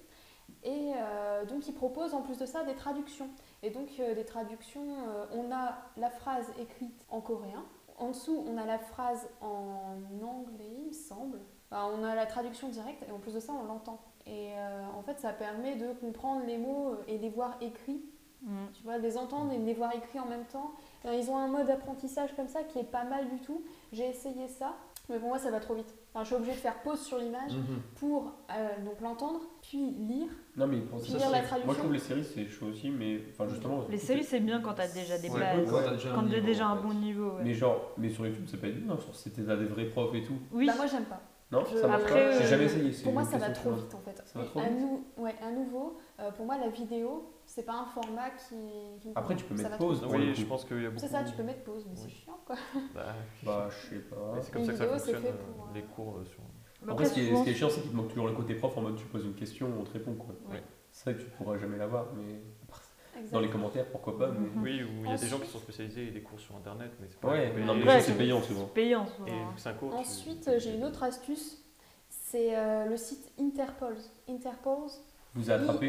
[SPEAKER 6] Et euh, donc, ils proposent en plus de ça des traductions. Et donc, euh, des traductions, euh, on a la phrase écrite en coréen. En dessous, on a la phrase en anglais, il me semble. Enfin, on a la traduction directe et en plus de ça, on l'entend. Et euh, en fait, ça permet de comprendre les mots euh, et de les voir écrits.
[SPEAKER 3] Mm.
[SPEAKER 6] Tu vois, de les entendre et de les voir écrits en même temps. Euh, ils ont un mode apprentissage comme ça qui est pas mal du tout. J'ai essayé ça. Mais pour moi, ça va trop vite. Enfin, je suis obligée de faire pause sur l'image
[SPEAKER 2] Mhm.
[SPEAKER 6] pour euh, donc l'entendre, puis lire.
[SPEAKER 4] Non, mais pour Mm-hmm. ça,
[SPEAKER 6] Lire la
[SPEAKER 4] c'est- moi je
[SPEAKER 6] traduction.
[SPEAKER 4] trouve les séries c'est chaud aussi, mais enfin justement.
[SPEAKER 8] Les
[SPEAKER 4] c'est-
[SPEAKER 8] séries, c'est bien quand t'as déjà des
[SPEAKER 4] Ouais,
[SPEAKER 8] bases.
[SPEAKER 4] ouais, ouais.
[SPEAKER 2] t'as déjà
[SPEAKER 8] Quand t'as
[SPEAKER 2] niveau,
[SPEAKER 8] déjà
[SPEAKER 2] en
[SPEAKER 8] un
[SPEAKER 2] fait.
[SPEAKER 8] bon niveau. ouais.
[SPEAKER 4] Mais genre, mais sur YouTube, ça peut être bien, genre, si t'as des vrais profs et tout.
[SPEAKER 8] Oui,
[SPEAKER 6] Bah, moi, j'aime pas.
[SPEAKER 4] Non,
[SPEAKER 6] Je-
[SPEAKER 4] ça marche
[SPEAKER 8] après,
[SPEAKER 4] pas. J'ai
[SPEAKER 8] euh,
[SPEAKER 4] jamais essayé. c'est
[SPEAKER 6] Pour moi,
[SPEAKER 4] une
[SPEAKER 6] ça va
[SPEAKER 4] question
[SPEAKER 6] trop
[SPEAKER 4] de-
[SPEAKER 6] vite Ah en fait.
[SPEAKER 4] Ça va trop
[SPEAKER 6] à,
[SPEAKER 4] vite.
[SPEAKER 6] nou- ouais, à nouveau, euh, pour moi, la vidéo, c'est pas un format qui. qui me
[SPEAKER 4] Après,
[SPEAKER 6] convient.
[SPEAKER 4] tu peux
[SPEAKER 6] Ça
[SPEAKER 4] mettre
[SPEAKER 6] va
[SPEAKER 4] pause.
[SPEAKER 6] trop
[SPEAKER 4] pour le
[SPEAKER 7] Ah Oui,
[SPEAKER 4] coup.
[SPEAKER 7] je pense qu'il y a
[SPEAKER 6] vite.
[SPEAKER 7] beaucoup.
[SPEAKER 6] C'est ça, tu peux mettre pause, mais c'est
[SPEAKER 7] Oui.
[SPEAKER 6] chiant quoi.
[SPEAKER 7] Bah,
[SPEAKER 4] Bah, je sais pas.
[SPEAKER 7] mais c'est comme
[SPEAKER 6] Une
[SPEAKER 7] ça que ça
[SPEAKER 6] vidéo, c'est
[SPEAKER 7] fonctionne,
[SPEAKER 6] fait pour,
[SPEAKER 7] euh,
[SPEAKER 6] euh,
[SPEAKER 7] les cours euh, sur.
[SPEAKER 8] Mais
[SPEAKER 4] Après, ce qui, est,
[SPEAKER 8] souvent,
[SPEAKER 4] ce qui est chiant, c'est qu'il te manque toujours le côté prof en mode tu poses une question, on te répond quoi.
[SPEAKER 7] Ouais.
[SPEAKER 4] Ça, tu pourras jamais l'avoir, mais dans
[SPEAKER 6] Exactement.
[SPEAKER 4] les commentaires, pourquoi pas. Mais...
[SPEAKER 7] Oui, où il y a des gens qui
[SPEAKER 6] Mmh. Ensuite-
[SPEAKER 7] sont spécialisés et des cours sur internet, mais c'est pas.
[SPEAKER 4] Ouais,
[SPEAKER 7] payé.
[SPEAKER 4] non, mais
[SPEAKER 8] Ouais,
[SPEAKER 4] ça, c'est payant souvent.
[SPEAKER 8] c'est payant souvent.
[SPEAKER 7] Et
[SPEAKER 8] hein.
[SPEAKER 7] c'est un cours. tu-
[SPEAKER 6] Ensuite, euh, j'ai une autre astuce. C'est euh, le site Interpols. Interpols.
[SPEAKER 4] Vous a attrapé,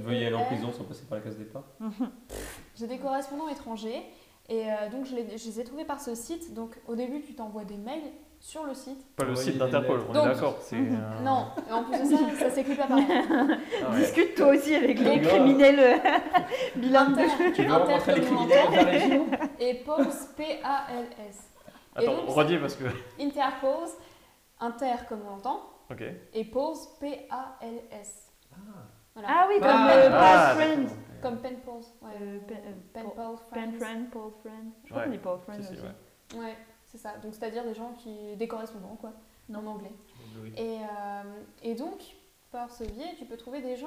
[SPEAKER 4] [LAUGHS] veuillez aller en prison sans passer par la case départ.
[SPEAKER 6] E J'ai des correspondants étrangers et euh, donc je les, je les ai trouvés par ce site. Donc au début, tu t'envoies des mails sur le site.
[SPEAKER 7] Pas le
[SPEAKER 2] Envoyer
[SPEAKER 7] site
[SPEAKER 2] des
[SPEAKER 7] d'Interpol,
[SPEAKER 2] lettres.
[SPEAKER 7] on est
[SPEAKER 6] Donc-
[SPEAKER 7] d'accord.
[SPEAKER 6] [LAUGHS]
[SPEAKER 7] c'est euh,
[SPEAKER 4] Ah.
[SPEAKER 7] un-
[SPEAKER 6] Non, et en plus de ça, ça s'écrit pas pareil.
[SPEAKER 4] [LAUGHS]
[SPEAKER 7] Ah ouais.
[SPEAKER 8] Discute toi aussi avec les
[SPEAKER 4] Grave.
[SPEAKER 8] criminels euh,
[SPEAKER 4] [LAUGHS]
[SPEAKER 8] bilingues. de-
[SPEAKER 6] Inter-
[SPEAKER 4] Tu veux rencontrer les criminels de la région
[SPEAKER 6] et Pals, P-A-L-S. Et
[SPEAKER 7] Attends,
[SPEAKER 6] donc,
[SPEAKER 7] redis parce que. [LAUGHS]
[SPEAKER 6] Interpols, Inter comme on l'entend,
[SPEAKER 7] Ok.
[SPEAKER 6] et Pals, P-A-L-S. Voilà.
[SPEAKER 8] Ah oui, comme
[SPEAKER 6] Ah,
[SPEAKER 8] euh,
[SPEAKER 7] ah,
[SPEAKER 8] Bad Friends.
[SPEAKER 7] d'accord.
[SPEAKER 6] Comme pen Pals. Ouais.
[SPEAKER 8] Euh, Pen- euh,
[SPEAKER 6] Pen
[SPEAKER 8] Paul-
[SPEAKER 6] Pals,
[SPEAKER 8] Pen
[SPEAKER 6] Friends.
[SPEAKER 8] Friend, Paul Friend. Je crois
[SPEAKER 7] Ouais.
[SPEAKER 8] qu'on est Paul Friend
[SPEAKER 7] Si, si,
[SPEAKER 8] aussi.
[SPEAKER 7] ouais.
[SPEAKER 6] Ouais, c'est ça. Donc c'est-à-dire des gens qui. des correspondants, quoi, en anglais. Et, euh, et donc, par ce biais, tu peux trouver des gens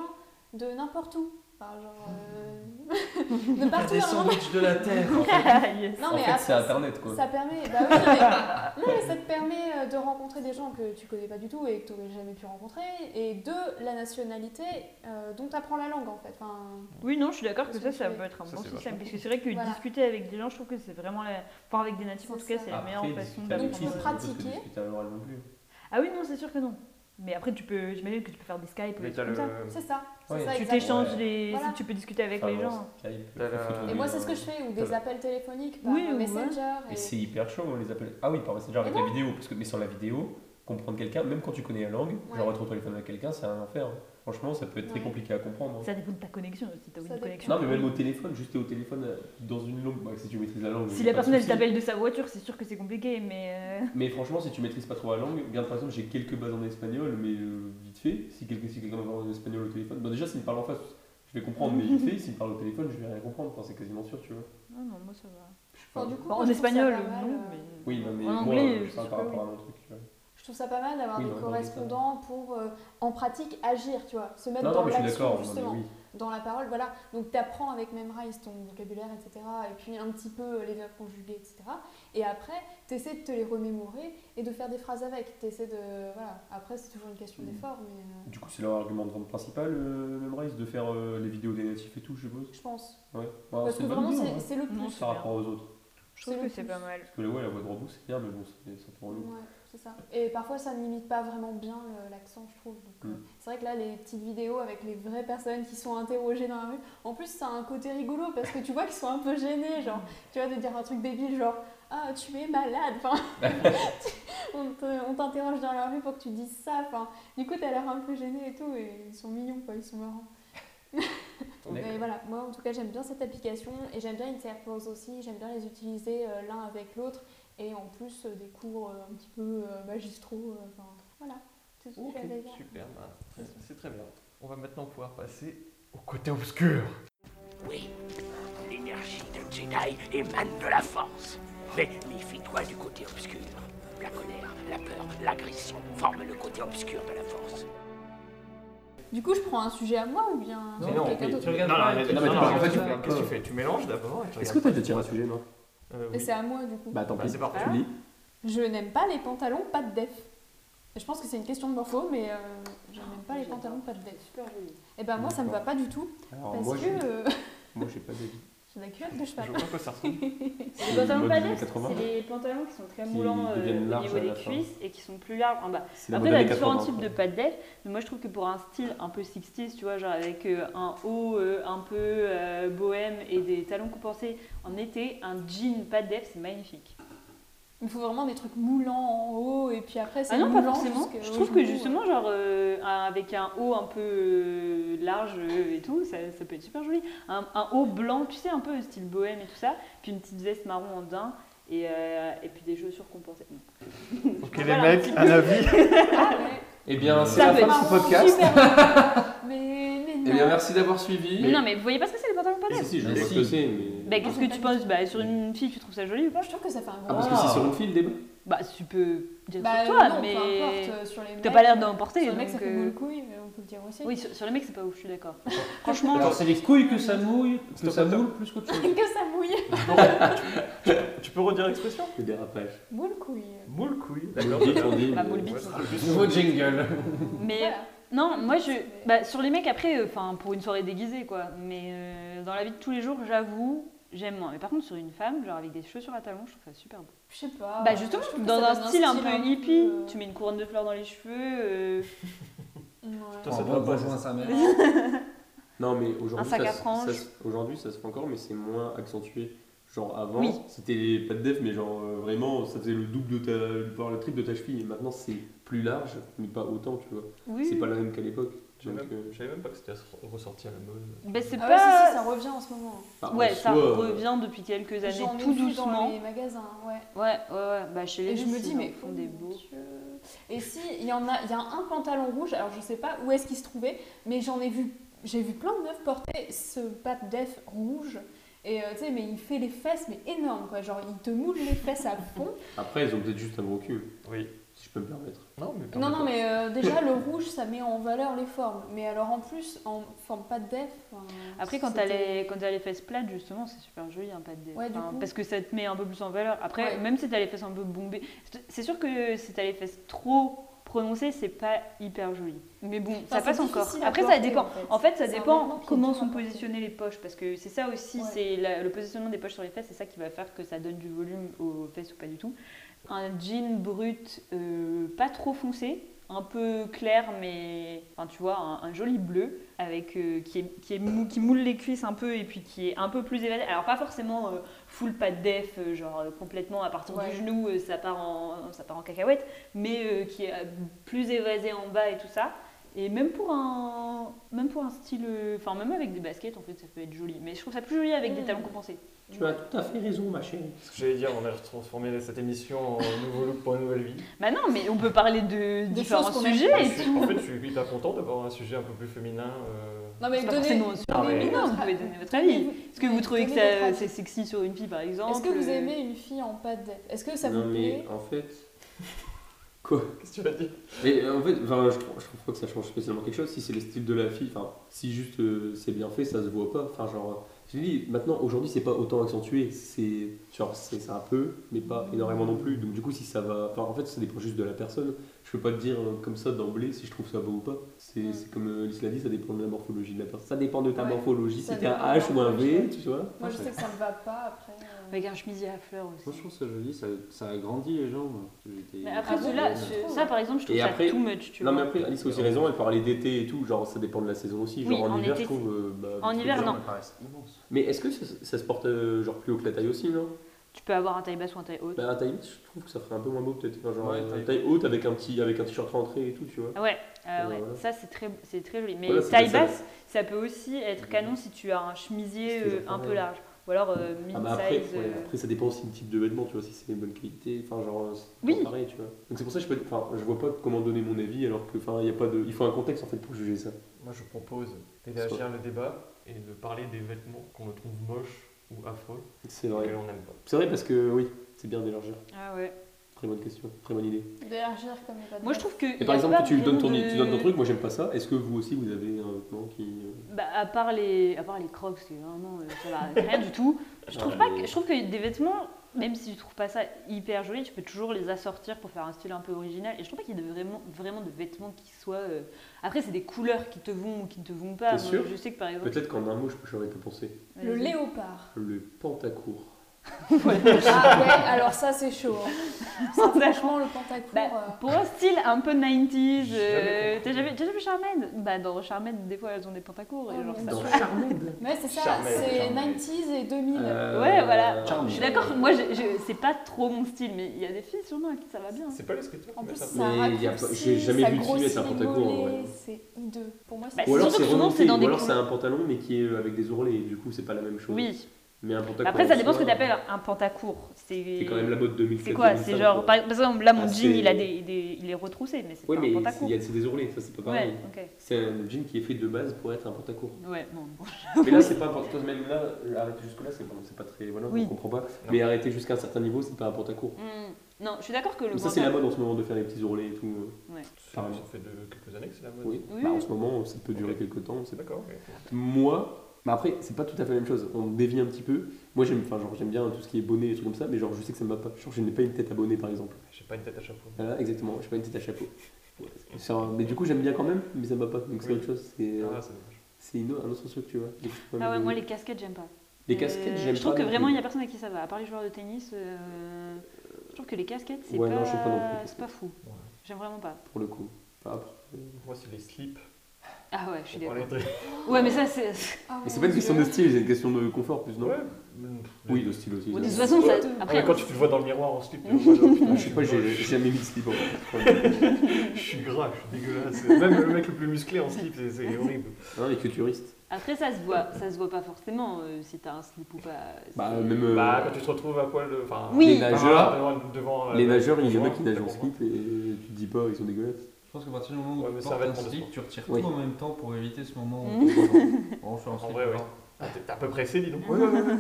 [SPEAKER 6] de n'importe où. Enfin, genre. euh, [LAUGHS] de partout
[SPEAKER 2] Des
[SPEAKER 6] dans le monde.
[SPEAKER 2] sandwichs de la terre.
[SPEAKER 8] [LAUGHS] Yes.
[SPEAKER 6] Non,
[SPEAKER 4] En
[SPEAKER 6] mais
[SPEAKER 4] fait, c'est
[SPEAKER 6] après,
[SPEAKER 4] internet quoi.
[SPEAKER 6] ça permet. Bah oui, mais- [LAUGHS] non, mais ça te permet euh, de rencontrer des gens que tu connais pas du tout et que tu n'aurais jamais pu rencontrer. Et de la nationalité euh, dont tu apprends la langue, en fait. Enfin,
[SPEAKER 8] Oui, non, je suis d'accord que
[SPEAKER 6] Ça,
[SPEAKER 8] ça,
[SPEAKER 6] c'est-
[SPEAKER 8] ça peut être un
[SPEAKER 7] ça,
[SPEAKER 8] bon
[SPEAKER 7] c'est
[SPEAKER 8] système.
[SPEAKER 7] vachement
[SPEAKER 8] Parce que c'est vrai que
[SPEAKER 6] Voilà.
[SPEAKER 8] discuter avec des gens, je trouve que c'est vraiment la. Enfin, avec des natifs, en
[SPEAKER 6] C'est
[SPEAKER 8] tout cas,
[SPEAKER 6] ça.
[SPEAKER 8] c'est la
[SPEAKER 4] Après,
[SPEAKER 8] meilleure façon
[SPEAKER 4] discuter avec qui,
[SPEAKER 8] d'apprendre.
[SPEAKER 6] Donc,
[SPEAKER 4] c'est
[SPEAKER 6] pratique.
[SPEAKER 4] pas possible de
[SPEAKER 6] pratiquer.
[SPEAKER 4] discuter à l'oral non plus.
[SPEAKER 8] Ah oui, non, c'est sûr que non. Mais après, tu peux. J'imagine que tu peux faire des Skype ou
[SPEAKER 7] Mais
[SPEAKER 8] des
[SPEAKER 7] t'as
[SPEAKER 8] trucs
[SPEAKER 7] le.
[SPEAKER 8] comme ça.
[SPEAKER 4] Euh,
[SPEAKER 6] c'est ça. C'est
[SPEAKER 4] Ouais.
[SPEAKER 6] ça,
[SPEAKER 8] Tu
[SPEAKER 6] exactement.
[SPEAKER 8] t'échanges
[SPEAKER 4] Ouais.
[SPEAKER 8] les.
[SPEAKER 6] Voilà.
[SPEAKER 8] Si tu peux discuter avec
[SPEAKER 4] Enfin,
[SPEAKER 8] les
[SPEAKER 4] voilà,
[SPEAKER 8] gens.
[SPEAKER 7] T'as
[SPEAKER 4] Skype, faut- faut
[SPEAKER 7] la-
[SPEAKER 4] trouver
[SPEAKER 6] Et moi,
[SPEAKER 4] un-
[SPEAKER 6] c'est ce que je fais, ou
[SPEAKER 4] t'as
[SPEAKER 6] des
[SPEAKER 4] la-
[SPEAKER 6] appels téléphoniques par
[SPEAKER 8] Oui,
[SPEAKER 6] euh,
[SPEAKER 8] ou-
[SPEAKER 6] Messenger.
[SPEAKER 4] Mais
[SPEAKER 6] et-
[SPEAKER 4] c'est hyper chaud, on les appelle. Ah oui, par Messenger avec
[SPEAKER 6] Mais
[SPEAKER 4] la vidéo, parce que mais sans la vidéo, comprendre quelqu'un, même quand tu connais la langue,
[SPEAKER 6] Ouais.
[SPEAKER 4] genre être au téléphone avec quelqu'un, c'est un enfer. hein. Franchement, ça peut être très
[SPEAKER 6] Ouais.
[SPEAKER 4] compliqué à comprendre. hein.
[SPEAKER 8] Ça dépend de ta connexion aussi. T'as
[SPEAKER 6] Ça
[SPEAKER 8] une
[SPEAKER 6] dépend.
[SPEAKER 8] connexion.
[SPEAKER 4] Non, mais même au téléphone, juste t'es au téléphone euh, dans une langue, bah, si tu maîtrises la langue.
[SPEAKER 8] Si
[SPEAKER 4] y a
[SPEAKER 8] la
[SPEAKER 4] pas de
[SPEAKER 8] personne elle
[SPEAKER 4] souci.
[SPEAKER 8] t'appelle de sa voiture, c'est sûr que c'est compliqué, mais. euh,
[SPEAKER 4] Mais franchement, si tu maîtrises pas trop la langue, bien par exemple, j'ai quelques bases en espagnol, mais euh, vite fait, si quelqu'un si quelqu'un me parle en espagnol au téléphone, bah déjà, s'il me parle en face, je vais comprendre,
[SPEAKER 8] [LAUGHS]
[SPEAKER 4] mais vite fait, s'il me parle au téléphone, je vais rien comprendre, enfin, c'est quasiment sûr, tu vois.
[SPEAKER 8] Non, non, moi ça va.
[SPEAKER 4] Je sais pas.
[SPEAKER 6] Enfin, du
[SPEAKER 8] Bon,
[SPEAKER 6] coup, moi,
[SPEAKER 8] en
[SPEAKER 6] je trouve ça
[SPEAKER 8] espagnol,
[SPEAKER 6] pas mal,
[SPEAKER 8] non,
[SPEAKER 6] euh,
[SPEAKER 8] mais.
[SPEAKER 4] Oui, non, mais
[SPEAKER 8] en
[SPEAKER 4] moi,
[SPEAKER 8] anglais,
[SPEAKER 4] je
[SPEAKER 8] je
[SPEAKER 4] parle
[SPEAKER 8] sais
[SPEAKER 4] par
[SPEAKER 8] pas,
[SPEAKER 4] rapport à
[SPEAKER 8] oui.
[SPEAKER 4] mon truc, tu vois.
[SPEAKER 6] Je trouve ça pas mal d'avoir
[SPEAKER 4] Oui,
[SPEAKER 6] des
[SPEAKER 4] dans- dans
[SPEAKER 6] correspondants pour, euh, en pratique, agir, tu vois, se mettre
[SPEAKER 4] Non,
[SPEAKER 6] dans
[SPEAKER 4] non, mais je suis
[SPEAKER 6] l'action,
[SPEAKER 4] d'accord, non, mais
[SPEAKER 6] justement,
[SPEAKER 4] oui.
[SPEAKER 6] dans la parole, voilà. Donc, t'apprends avec Memrise ton vocabulaire, etc., et puis un petit peu euh, les verbes conjugués, etc. Et après, t'essaies de te les remémorer et de faire des phrases avec. T'essaies de... Voilà. Après, c'est toujours une question
[SPEAKER 4] Mm.
[SPEAKER 6] d'effort, mais euh,
[SPEAKER 4] Du coup, c'est leur argument de vente principal, euh, Memrise, de faire euh, les vidéos des natifs et tout, je suppose.
[SPEAKER 6] je pense.
[SPEAKER 4] Ouais. Bah,
[SPEAKER 6] Parce
[SPEAKER 4] c'est
[SPEAKER 6] que
[SPEAKER 4] une bonne
[SPEAKER 6] vraiment,
[SPEAKER 4] idée,
[SPEAKER 6] c'est
[SPEAKER 4] ouais.
[SPEAKER 6] c'est le
[SPEAKER 8] Non,
[SPEAKER 6] plus.
[SPEAKER 8] c'est
[SPEAKER 4] par
[SPEAKER 8] bien.
[SPEAKER 4] rapport aux autres.
[SPEAKER 8] Je trouve
[SPEAKER 6] C'est
[SPEAKER 8] que
[SPEAKER 6] le
[SPEAKER 8] c'est
[SPEAKER 6] plus.
[SPEAKER 8] pas mal.
[SPEAKER 4] Parce que ouais, la voix de robot, c'est bien, mais bon, c'est ça pour nous.
[SPEAKER 6] Ouais, c'est ça. Et parfois, ça ne limite pas vraiment bien le- l'accent, je trouve. Donc, euh,
[SPEAKER 4] Mm.
[SPEAKER 6] c'est vrai que là, les petites vidéos avec les vraies personnes qui sont interrogées dans la rue, en plus, ça a un côté rigolo parce que tu vois qu'ils sont un peu gênés, genre,
[SPEAKER 4] Mm.
[SPEAKER 6] tu vois, de dire un truc débile, genre, ah, tu es malade, enfin, tu- on te- on t'interroge dans la rue pour que tu dises ça, enfin, du coup, t'as l'air un peu gêné et tout, et ils sont mignons, quoi, ils sont marrants. Mais voilà, moi en tout cas j'aime bien cette application et j'aime bien Interpose aussi, j'aime bien les utiliser euh, l'un avec l'autre et en plus euh, des cours euh, un petit peu euh, magistraux, euh, enfin voilà, c'est ce que
[SPEAKER 7] Ok,
[SPEAKER 6] j'avais à dire.
[SPEAKER 7] super, bah, très- c'est très bien. On va maintenant pouvoir passer au côté obscur.
[SPEAKER 5] Oui, l'énergie de Jedi émane de la force. Mais méfie-toi du côté obscur. La colère, la peur, l'agression forment le côté obscur de la force.
[SPEAKER 6] Du coup je prends un sujet à moi ou bien
[SPEAKER 2] Non,
[SPEAKER 6] à
[SPEAKER 2] non,
[SPEAKER 6] quelqu'un
[SPEAKER 2] mais
[SPEAKER 6] d'autre
[SPEAKER 2] tu regardes
[SPEAKER 7] Non,
[SPEAKER 2] pas,
[SPEAKER 7] non,
[SPEAKER 2] tu-
[SPEAKER 7] mais- non,
[SPEAKER 4] mais t'as
[SPEAKER 2] tu regardes
[SPEAKER 4] pas-
[SPEAKER 2] pas,
[SPEAKER 4] t'as
[SPEAKER 2] tu
[SPEAKER 7] Qu'est-ce que
[SPEAKER 2] fais
[SPEAKER 7] tu fais Tu mélanges d'abord et tu
[SPEAKER 4] Est-ce
[SPEAKER 7] regardes
[SPEAKER 4] que t'as déjà tiré un sujet, non
[SPEAKER 7] Euh,
[SPEAKER 6] Mais
[SPEAKER 7] oui.
[SPEAKER 6] c'est à moi du coup.
[SPEAKER 4] Bah, tant
[SPEAKER 7] Bah,
[SPEAKER 4] pis.
[SPEAKER 7] c'est parti.
[SPEAKER 4] Tu lis.
[SPEAKER 6] Je n'aime pas les pantalons pas de def. Je pense que c'est une question de morpho mais euh, je n'aime pas les pantalons pas de def.
[SPEAKER 3] Super joli.
[SPEAKER 6] Et ben moi ça me va pas du tout
[SPEAKER 4] Alors,
[SPEAKER 6] parce
[SPEAKER 4] moi, j'ai-
[SPEAKER 6] que euh, [LAUGHS]
[SPEAKER 4] moi, j'ai
[SPEAKER 3] [LAUGHS]
[SPEAKER 4] pas d'avis.
[SPEAKER 6] j'ai la culotte de
[SPEAKER 7] Je
[SPEAKER 6] cheval.
[SPEAKER 7] vois pas quoi ça ressemble.
[SPEAKER 4] C'est
[SPEAKER 3] Les pantalons
[SPEAKER 4] mode
[SPEAKER 3] pas
[SPEAKER 4] des années
[SPEAKER 3] lèvres,
[SPEAKER 4] 80.
[SPEAKER 3] c'est les pantalons qui sont très
[SPEAKER 4] Qui
[SPEAKER 3] moulants euh,
[SPEAKER 4] deviennent
[SPEAKER 3] au
[SPEAKER 4] larges
[SPEAKER 3] niveau
[SPEAKER 4] à
[SPEAKER 3] des
[SPEAKER 4] la fin.
[SPEAKER 3] cuisses et qui sont plus larges en bas.
[SPEAKER 4] C'est la
[SPEAKER 3] Après,
[SPEAKER 4] mode
[SPEAKER 3] t'as
[SPEAKER 4] années 80,
[SPEAKER 3] différents types
[SPEAKER 4] quoi.
[SPEAKER 3] de pas de def, mais moi je trouve que pour un style un peu 60s, tu vois, genre avec euh, un haut euh, un peu euh, bohème et des talons compensés en été, un jean pas de def, c'est magnifique.
[SPEAKER 6] Il me faut vraiment des trucs moulants en haut et puis après c'est
[SPEAKER 3] Ah non, pas
[SPEAKER 6] moulant
[SPEAKER 3] forcément.
[SPEAKER 6] jusqu'au
[SPEAKER 3] Je trouve
[SPEAKER 6] genou,
[SPEAKER 3] que
[SPEAKER 6] ouais.
[SPEAKER 3] justement, genre euh, un- avec un haut un peu euh, large euh, et tout, ça, ça peut être super joli. Un, un haut blanc, tu sais, un peu style bohème et tout ça, puis une petite veste marron en daim et, euh, et puis des chaussures compensées. Non.
[SPEAKER 7] Je
[SPEAKER 6] [LAUGHS]
[SPEAKER 1] Et les
[SPEAKER 3] Voilà.
[SPEAKER 1] mecs, un avis
[SPEAKER 6] Ah ouais.
[SPEAKER 9] Eh bien, c'est
[SPEAKER 3] Ça
[SPEAKER 9] la fin
[SPEAKER 3] peut être
[SPEAKER 9] de ce podcast.
[SPEAKER 6] Super. mais, mais non.
[SPEAKER 9] Eh bien, merci d'avoir suivi.
[SPEAKER 3] Mais non, mais vous voyez pas ce que c'est le pantalon pas
[SPEAKER 4] Si, si, je
[SPEAKER 9] Mais
[SPEAKER 4] vois ce
[SPEAKER 9] si.
[SPEAKER 4] que c'est, mais.
[SPEAKER 3] Bah, qu'est-ce que tu penses Bah, sur une fille, tu trouves ça joli ou pas
[SPEAKER 6] Moi, je trouve que ça fait un gros.
[SPEAKER 4] Ah, parce que c'est sur une file, le débat.
[SPEAKER 3] Bah, tu peux dire
[SPEAKER 6] Bah,
[SPEAKER 3] sur toi,
[SPEAKER 6] non,
[SPEAKER 3] mais.
[SPEAKER 6] peu importe, euh, sur les
[SPEAKER 3] T'as
[SPEAKER 6] mecs,
[SPEAKER 3] pas l'air
[SPEAKER 6] euh,
[SPEAKER 3] d'en porter.
[SPEAKER 6] Sur les mecs, ça
[SPEAKER 3] donc,
[SPEAKER 6] fait
[SPEAKER 3] euh,
[SPEAKER 6] boule couille, mais on peut le dire aussi.
[SPEAKER 3] Oui, sur, sur les mecs, c'est pas ouf, je suis
[SPEAKER 6] [LAUGHS]
[SPEAKER 3] d'accord. Franchement,
[SPEAKER 9] Alors, c'est les couilles que ça mouille, que
[SPEAKER 1] Stop,
[SPEAKER 9] ça
[SPEAKER 1] stop.
[SPEAKER 9] moule plus qu'autre chose.
[SPEAKER 6] que ça mouille.
[SPEAKER 1] Tu peux redire l'expression
[SPEAKER 4] Le dérapage.
[SPEAKER 6] Boule couille.
[SPEAKER 1] Moule couille,
[SPEAKER 4] Moule
[SPEAKER 1] d'accord
[SPEAKER 4] bite, on dit,
[SPEAKER 3] Bah,
[SPEAKER 4] mais-
[SPEAKER 3] moule bite.
[SPEAKER 9] Nouveau jingle.
[SPEAKER 3] mais
[SPEAKER 6] Voilà. [LAUGHS]
[SPEAKER 3] non, moi je. Bah, sur les mecs, après, enfin, pour une soirée déguisée, quoi. Mais euh, dans la vie de tous les jours, j'avoue, j'aime moins. Mais par contre, sur une femme, genre avec des chaussures à talons, je trouve ça super beau.
[SPEAKER 6] Je sais pas.
[SPEAKER 3] bah, justement,
[SPEAKER 6] Ah, je trouve que
[SPEAKER 3] dans
[SPEAKER 6] ça
[SPEAKER 3] un
[SPEAKER 6] donne
[SPEAKER 3] style, un peu hippie,
[SPEAKER 6] euh,
[SPEAKER 3] tu mets une couronne de fleurs dans les cheveux, euh,
[SPEAKER 6] Ouais.
[SPEAKER 1] Ça, ça
[SPEAKER 2] Un
[SPEAKER 1] doit
[SPEAKER 2] bon
[SPEAKER 1] pas-
[SPEAKER 2] bonjour à sa mère.
[SPEAKER 4] Non, mais aujourd'hui,
[SPEAKER 3] sac
[SPEAKER 4] ça,
[SPEAKER 3] à
[SPEAKER 4] se-
[SPEAKER 3] franges.
[SPEAKER 4] ça se- aujourd'hui, ça se fait encore, mais c'est moins accentué. Genre avant,
[SPEAKER 3] Oui.
[SPEAKER 4] c'était les- pas de def, mais genre euh, vraiment, ça faisait le double de ta, voire le triple de ta cheville. Et maintenant, c'est plus large, mais pas autant, tu vois.
[SPEAKER 3] oui.
[SPEAKER 4] C'est pas la même qu'à l'époque.
[SPEAKER 7] Je savais
[SPEAKER 4] Donc,
[SPEAKER 7] même-
[SPEAKER 4] euh,
[SPEAKER 7] je savais même pas que c'était à se- ressorti à la mode.
[SPEAKER 3] Bah, c'est
[SPEAKER 6] Ah ouais, si, si,
[SPEAKER 3] pas.
[SPEAKER 6] ça revient en ce moment.
[SPEAKER 4] bah, en
[SPEAKER 3] ouais, ça
[SPEAKER 4] soi, euh,
[SPEAKER 3] revient depuis quelques années,
[SPEAKER 6] J'en ai
[SPEAKER 3] tout
[SPEAKER 6] vu
[SPEAKER 3] doucement.
[SPEAKER 6] dans les magasins, ouais.
[SPEAKER 3] Ouais, ouais, ouais. Bah, chez les
[SPEAKER 6] Et je
[SPEAKER 3] filles,
[SPEAKER 6] me dis,
[SPEAKER 3] ils en
[SPEAKER 6] mais
[SPEAKER 3] font des
[SPEAKER 6] oh mon
[SPEAKER 3] beaux.
[SPEAKER 6] Dieu. Et si, il y en a, il y a un pantalon rouge, alors je sais pas où est-ce qu'il se trouvait, mais j'en ai vu, j'ai vu plein de meufs porter ce pat def rouge. Et euh, tu sais, mais il fait les fesses, mais énorme quoi. Genre, il te moule les fesses à
[SPEAKER 4] [LAUGHS]
[SPEAKER 6] fond.
[SPEAKER 4] Après, ils ont peut-être juste un gros cul,
[SPEAKER 7] Oui.
[SPEAKER 4] si je peux me permettre.
[SPEAKER 7] Non, mais.
[SPEAKER 6] non, non, mais euh, déjà, le rouge, ça met en valeur les formes. Mais alors, en plus, en forme pat def. enfin,
[SPEAKER 3] Après, quand t'as
[SPEAKER 6] c'était-
[SPEAKER 3] les, quand t'as les fesses plates, justement, c'est super joli, hein, un pas de
[SPEAKER 6] Ouais, du coup.
[SPEAKER 3] Parce que ça te met un peu plus en valeur. Après,
[SPEAKER 6] Ouais.
[SPEAKER 3] même si t'as les fesses un peu bombées, c'est- c'est sûr que si t'as les fesses trop prononcées, c'est pas hyper joli. Mais bon,
[SPEAKER 6] Enfin,
[SPEAKER 3] ça
[SPEAKER 6] c'est
[SPEAKER 3] passe encore.
[SPEAKER 6] difficile à
[SPEAKER 3] Après, ça
[SPEAKER 6] porter,
[SPEAKER 3] dépend.
[SPEAKER 6] en fait.
[SPEAKER 3] En fait, ça
[SPEAKER 6] C'est un vêtement
[SPEAKER 3] dépend
[SPEAKER 6] qui est
[SPEAKER 3] comment
[SPEAKER 6] dur à
[SPEAKER 3] sont
[SPEAKER 6] porter.
[SPEAKER 3] positionnées les poches. Parce que c'est ça aussi,
[SPEAKER 6] Ouais.
[SPEAKER 3] c'est la- le positionnement des poches sur les fesses, c'est ça qui va faire que ça donne du volume aux fesses ou pas du tout. Un jean brut, euh, pas trop foncé, un peu clair, mais enfin, tu vois, un, un joli bleu avec, euh, qui, est, qui, est mou- qui moule les cuisses un peu et puis qui est un peu plus évadé. Alors, pas forcément euh, full pas de def, euh, genre euh, complètement à partir
[SPEAKER 6] Ouais.
[SPEAKER 3] du genou, euh, ça, part en, ça part en cacahuète, mais euh, qui est euh, plus évasé en bas et tout ça. Et même pour un, même pour un style, euh, enfin même avec des baskets en fait, ça peut être joli. Mais je trouve ça plus joli avec des
[SPEAKER 6] Mm.
[SPEAKER 3] talons compensés.
[SPEAKER 4] Tu as tout à fait raison, ma chérie.
[SPEAKER 7] Ce que j'allais dire, on a transformé cette émission en nouveau look pour une nouvelle vie.
[SPEAKER 3] Bah non, mais on peut parler de
[SPEAKER 6] Des
[SPEAKER 3] différents
[SPEAKER 6] choses qu'on aime.
[SPEAKER 3] sujets.
[SPEAKER 7] Je
[SPEAKER 3] et
[SPEAKER 7] suis-
[SPEAKER 3] tout.
[SPEAKER 7] en fait, je suis hyper content d'avoir un sujet un peu plus féminin. euh,
[SPEAKER 6] Non, mais
[SPEAKER 3] C'est pas
[SPEAKER 6] donnez.
[SPEAKER 3] forcément sûr,
[SPEAKER 7] donnez-
[SPEAKER 3] mais non, vous pouvez donner votre avis. Est-ce que vous trouvez que
[SPEAKER 6] donnez votre
[SPEAKER 3] ça-
[SPEAKER 6] avis.
[SPEAKER 3] c'est sexy sur une fille par exemple euh,
[SPEAKER 6] Est-ce que vous aimez une fille en pas de def Est-ce que ça
[SPEAKER 4] non,
[SPEAKER 6] vous
[SPEAKER 4] mais
[SPEAKER 6] plaît
[SPEAKER 4] en fait. Quoi
[SPEAKER 7] Qu'est-ce que tu vas dire
[SPEAKER 4] Mais euh, en fait, enfin, je, je trouve pas que ça change spécialement quelque chose. Si c'est le style de la fille, enfin, si juste euh, c'est bien fait, ça se voit pas. Enfin, genre, euh, je te dis, maintenant, aujourd'hui, c'est pas autant accentué. C'est genre, c'est c'est un peu, mais pas énormément non plus. Donc, du coup, si ça va, enfin, en fait, ça dépend juste de la personne. Je peux pas te dire euh, comme ça d'emblée si je trouve ça beau ou pas. C'est
[SPEAKER 6] Mm.
[SPEAKER 4] c'est comme euh, Lys l'a dit, ça dépend de la morphologie de la personne. Ça dépend de ta
[SPEAKER 6] Ouais.
[SPEAKER 4] morphologie.
[SPEAKER 6] Ça
[SPEAKER 4] si t'es un
[SPEAKER 6] dépend de la
[SPEAKER 4] H ou un V,
[SPEAKER 6] morphologie.
[SPEAKER 4] tu vois.
[SPEAKER 6] Moi, je sais que ça me va pas après. euh,
[SPEAKER 3] Avec un chemisier à fleurs aussi.
[SPEAKER 2] Moi je trouve ça joli, ça, ça agrandit les gens. moi. J'étais-
[SPEAKER 3] Mais après
[SPEAKER 6] Ah bon
[SPEAKER 3] cela,
[SPEAKER 6] Ouais.
[SPEAKER 3] ce- ça par exemple, je trouve
[SPEAKER 4] Et
[SPEAKER 3] ça
[SPEAKER 4] après-
[SPEAKER 3] too much. Tu
[SPEAKER 4] non, mais
[SPEAKER 3] vois.
[SPEAKER 4] après, Alice a aussi raison, elle parlait d'été et tout. Genre, ça dépend de la saison aussi. Genre,
[SPEAKER 3] Oui,
[SPEAKER 4] en,
[SPEAKER 3] en
[SPEAKER 4] hiver,
[SPEAKER 3] été,
[SPEAKER 4] je trouve. euh, bah,
[SPEAKER 3] en
[SPEAKER 4] plutôt
[SPEAKER 3] hiver,
[SPEAKER 4] bien.
[SPEAKER 3] non.
[SPEAKER 2] Ça me paraissent immenses.
[SPEAKER 4] Mais est-ce que ça, ça se porte euh, genre plus haut que la taille aussi, non
[SPEAKER 3] Tu peux avoir un taille basse ou un taille haute.
[SPEAKER 4] Bah, la taille, haute, je trouve que ça ferait un peu moins beau peut-être. Enfin, genre
[SPEAKER 2] Ouais,
[SPEAKER 4] euh,
[SPEAKER 2] taille-
[SPEAKER 4] taille haute avec un petit avec un t-shirt rentré et tout, tu vois.
[SPEAKER 3] Ah ouais, ah ouais.
[SPEAKER 4] Voilà.
[SPEAKER 3] ça c'est très, c'est très joli. Mais
[SPEAKER 4] Voilà, c'est
[SPEAKER 3] taille
[SPEAKER 4] ça.
[SPEAKER 3] basse, ça peut aussi être canon si tu as un chemisier
[SPEAKER 4] C'est toujours
[SPEAKER 3] euh, un peu
[SPEAKER 4] pareil.
[SPEAKER 3] large. Ou alors euh, mid-size.
[SPEAKER 4] Ah bah après, ouais,
[SPEAKER 3] euh,
[SPEAKER 4] après, ça dépend aussi du type de vêtements, tu vois, si c'est les bonnes qualités, enfin genre euh, c'est
[SPEAKER 3] Oui.
[SPEAKER 4] pas pareil, tu vois. Donc c'est pour ça que je peux enfin je vois pas comment donner mon avis alors que enfin il y a pas de il faut un contexte en fait pour juger ça.
[SPEAKER 7] Moi, je propose d'élargir le débat et de parler des vêtements qu'on le trouve moche ou affreux
[SPEAKER 4] C'est
[SPEAKER 7] et que
[SPEAKER 4] vrai.
[SPEAKER 7] l'on n'aime pas.
[SPEAKER 4] C'est vrai parce que oui, c'est bien d'élargir.
[SPEAKER 3] Ah ouais.
[SPEAKER 4] Très bonne question, très bonne idée.
[SPEAKER 6] D'élargir comme il y a pas de
[SPEAKER 3] Moi je
[SPEAKER 6] def.
[SPEAKER 3] trouve que.
[SPEAKER 4] Et
[SPEAKER 3] y
[SPEAKER 4] par
[SPEAKER 3] a
[SPEAKER 4] exemple,
[SPEAKER 3] pas
[SPEAKER 4] tu donnes ton
[SPEAKER 3] vraiment
[SPEAKER 4] tu donnes ton
[SPEAKER 3] de-
[SPEAKER 4] truc, moi j'aime pas ça. Est-ce que vous aussi vous avez un vêtement qui euh,
[SPEAKER 3] Bah, à part les, à part les crocs, c'est vraiment euh, ça va, rien du tout. Je trouve
[SPEAKER 4] Ouais,
[SPEAKER 3] pas
[SPEAKER 4] mais-
[SPEAKER 3] que, je trouve que des vêtements, même si tu trouves pas ça hyper joli, tu peux toujours les assortir pour faire un style un peu original. Et je trouve pas qu'il y ait de vraiment, vraiment de vêtements qui soient. euh, Après, c'est des couleurs qui te vont ou qui ne te vont pas.
[SPEAKER 4] T'es
[SPEAKER 3] Moi,
[SPEAKER 4] sûr
[SPEAKER 3] je sais que par exemple.
[SPEAKER 4] peut-être qu'en un mot je j'aurais pu penser
[SPEAKER 6] Le léopard.
[SPEAKER 4] le pantacourt.
[SPEAKER 6] ah ouais, alors ça, c'est chaud. hein. Ça,
[SPEAKER 3] [LAUGHS]
[SPEAKER 6] franchement, le pantacourt.
[SPEAKER 3] Bah,
[SPEAKER 6] euh,
[SPEAKER 3] Pour un style un peu 90s,
[SPEAKER 7] J'ai
[SPEAKER 3] euh,
[SPEAKER 7] jamais compris.
[SPEAKER 3] t'as jamais, t'as jamais vu Charmed Bah dans Charmed, des fois elles ont des pantacours et
[SPEAKER 6] Oh
[SPEAKER 3] genre
[SPEAKER 6] mon
[SPEAKER 3] ça.
[SPEAKER 6] Dieu.
[SPEAKER 4] Dans Charmed.
[SPEAKER 6] Mais c'est ça,
[SPEAKER 7] Charmel,
[SPEAKER 6] c'est
[SPEAKER 7] Charmel.
[SPEAKER 6] 90s et 2000.
[SPEAKER 4] Euh,
[SPEAKER 3] Ouais, voilà.
[SPEAKER 9] Charmé.
[SPEAKER 3] Je suis d'accord, moi je- je- c'est pas trop mon style, mais il y a des filles sûrement à qui ça va bien.
[SPEAKER 7] C'est pas les skateurs
[SPEAKER 6] En
[SPEAKER 7] qui
[SPEAKER 6] plus,
[SPEAKER 7] mettent
[SPEAKER 6] ça
[SPEAKER 7] ça.
[SPEAKER 4] Mais y a pas-
[SPEAKER 6] raccourcit,
[SPEAKER 4] j'ai jamais
[SPEAKER 6] ça
[SPEAKER 4] vu utiliser
[SPEAKER 6] grossit
[SPEAKER 4] un
[SPEAKER 6] les
[SPEAKER 4] pantacourt, en
[SPEAKER 6] mollets,
[SPEAKER 4] vrai.
[SPEAKER 6] c'est hideux. Pour moi,
[SPEAKER 3] Bah,
[SPEAKER 6] c'est
[SPEAKER 4] Ou alors
[SPEAKER 3] Surtout
[SPEAKER 4] c'est
[SPEAKER 3] que souvent, c'est
[SPEAKER 4] remonté,
[SPEAKER 3] dans
[SPEAKER 4] ou
[SPEAKER 3] des
[SPEAKER 4] alors c'est
[SPEAKER 3] couleurs.
[SPEAKER 4] un pantalon mais qui est avec des ourlets, et du coup c'est pas la même chose.
[SPEAKER 3] Oui,
[SPEAKER 4] Mais un pantacourt.
[SPEAKER 8] Après, ça dépend ce que tu
[SPEAKER 4] t'appelles.
[SPEAKER 8] appelles un pantacourt. C'est
[SPEAKER 3] hein.
[SPEAKER 4] C'est quand même la mode 2004.
[SPEAKER 8] C'est quoi C'est genre, par par exemple, là, mon
[SPEAKER 4] Ah,
[SPEAKER 8] jean,
[SPEAKER 4] c'est-
[SPEAKER 8] il, a des, des- il est retroussé, mais c'est
[SPEAKER 4] Oui,
[SPEAKER 8] pas
[SPEAKER 4] mais
[SPEAKER 8] un
[SPEAKER 4] il-
[SPEAKER 8] pantacourt.
[SPEAKER 4] il y a- c'est des ourlets, ça c'est pas pareil.
[SPEAKER 8] Ouais, ok.
[SPEAKER 4] C'est un jean qui est fait de base pour être un pantacourt.
[SPEAKER 8] Ouais, bon, bon.
[SPEAKER 4] Mais là, c'est pas un pantacourt. Même là, arrêter jusque-là, c'est bon, c'est pas très. Voilà,
[SPEAKER 8] Oui.
[SPEAKER 4] on comprend pas. Mais arrêter jusqu'à un certain niveau, c'est pas un pantacourt.
[SPEAKER 3] Hmm, Non, je suis d'accord que le
[SPEAKER 4] Mais ça,
[SPEAKER 3] pantacourt-
[SPEAKER 4] c'est la mode en ce moment de faire les petits ourlets et tout. euh.
[SPEAKER 7] C'est- Ça fait de- quelques années que c'est la mode.
[SPEAKER 4] Ah, Oui.
[SPEAKER 3] Oui,
[SPEAKER 4] Bah, en
[SPEAKER 3] oui.
[SPEAKER 4] ce moment, ça peut durer
[SPEAKER 7] Ok.
[SPEAKER 4] quelques temps. on sait pas.
[SPEAKER 7] D'accord. ok.
[SPEAKER 4] Moi, mais après, c'est pas tout à fait la même chose. On dévie un petit peu. Moi, j'aime, enfin, genre, j'aime bien tout ce qui est bonnet et trucs comme ça, mais genre, je sais que ça me va pas. Genre, je n'ai pas une tête à bonnet, par exemple.
[SPEAKER 7] J'ai pas une tête à Ah, chapeau.
[SPEAKER 4] Voilà, exactement. J'ai pas une tête à chapeau. Ouais, c'est un- mais du coup, j'aime bien quand même, mais ça me va pas. Donc, c'est
[SPEAKER 7] Oui.
[SPEAKER 4] autre chose. C'est, euh,
[SPEAKER 7] Ah, c'est dommage.
[SPEAKER 4] c'est une autre- un autre truc, tu vois. Donc, je sais pas,
[SPEAKER 3] Ah ouais,
[SPEAKER 4] mais-
[SPEAKER 3] moi les casquettes, j'aime pas.
[SPEAKER 4] les
[SPEAKER 3] Euh,
[SPEAKER 4] casquettes, j'aime
[SPEAKER 3] Je trouve
[SPEAKER 4] pas
[SPEAKER 3] que
[SPEAKER 4] non
[SPEAKER 3] vraiment, il
[SPEAKER 4] plus.
[SPEAKER 3] n'y a personne à qui ça va. À part les joueurs de tennis, euh, je trouve que les casquettes, c'est
[SPEAKER 4] Ouais,
[SPEAKER 3] pas,
[SPEAKER 4] non, je sais pas non plus.
[SPEAKER 3] c'est pas fou.
[SPEAKER 7] Ouais.
[SPEAKER 3] J'aime vraiment pas.
[SPEAKER 4] Pour le coup. Enfin, après.
[SPEAKER 7] Moi, c'est les slips.
[SPEAKER 3] Ah ouais, je suis
[SPEAKER 7] On
[SPEAKER 3] d'accord.
[SPEAKER 7] parlait de-
[SPEAKER 3] Ouais, mais ça, c'est.
[SPEAKER 6] Ah
[SPEAKER 4] Mais c'est pas une question de style, c'est une question de confort plus, non
[SPEAKER 7] Ouais. Mm.
[SPEAKER 4] Oui, de style aussi.
[SPEAKER 3] Bon, de
[SPEAKER 4] ça.
[SPEAKER 3] toute façon, ça-
[SPEAKER 7] Ouais,
[SPEAKER 3] après,
[SPEAKER 7] mais quand tu te vois dans le miroir en slip, tu vois, genre, putain,
[SPEAKER 4] [LAUGHS] Je sais pas, j'ai j'ai jamais mis de slip en fait.
[SPEAKER 3] [LAUGHS]
[SPEAKER 7] Je suis gras, je suis dégueulasse. Même le mec le plus musclé en slip, c'est- c'est horrible.
[SPEAKER 4] Hein, les culturistes.
[SPEAKER 3] après ça se voit, ça se voit pas forcément euh, si t'as un slip ou pas.
[SPEAKER 4] Bah,
[SPEAKER 3] C'est-
[SPEAKER 4] même. euh,
[SPEAKER 7] Bah, quand tu te retrouves à poil, euh, enfin,
[SPEAKER 3] Oui.
[SPEAKER 4] les
[SPEAKER 7] par
[SPEAKER 4] nageurs.
[SPEAKER 7] là, devant- devant, euh,
[SPEAKER 4] Les nageurs, il y en a
[SPEAKER 7] devant,
[SPEAKER 4] qui nagent en
[SPEAKER 7] devant moi.
[SPEAKER 4] slip et tu te dis pas, ils sont dégueulasses.
[SPEAKER 2] Je pense qu'à partir du moment où
[SPEAKER 7] Ouais, mais c'est
[SPEAKER 2] tu
[SPEAKER 7] un
[SPEAKER 2] portes un
[SPEAKER 7] vêtement de
[SPEAKER 2] slip,
[SPEAKER 7] sport.
[SPEAKER 2] tu retires
[SPEAKER 4] Oui.
[SPEAKER 2] tout en même temps pour éviter ce [LAUGHS] moment
[SPEAKER 3] Mm.
[SPEAKER 2] où tu te Bon, je suis en slip.
[SPEAKER 7] vrai, oui.
[SPEAKER 2] alors.
[SPEAKER 7] Ah, T'es t'es un peu pressé, dis donc.
[SPEAKER 2] Ouais, ouais, ouais.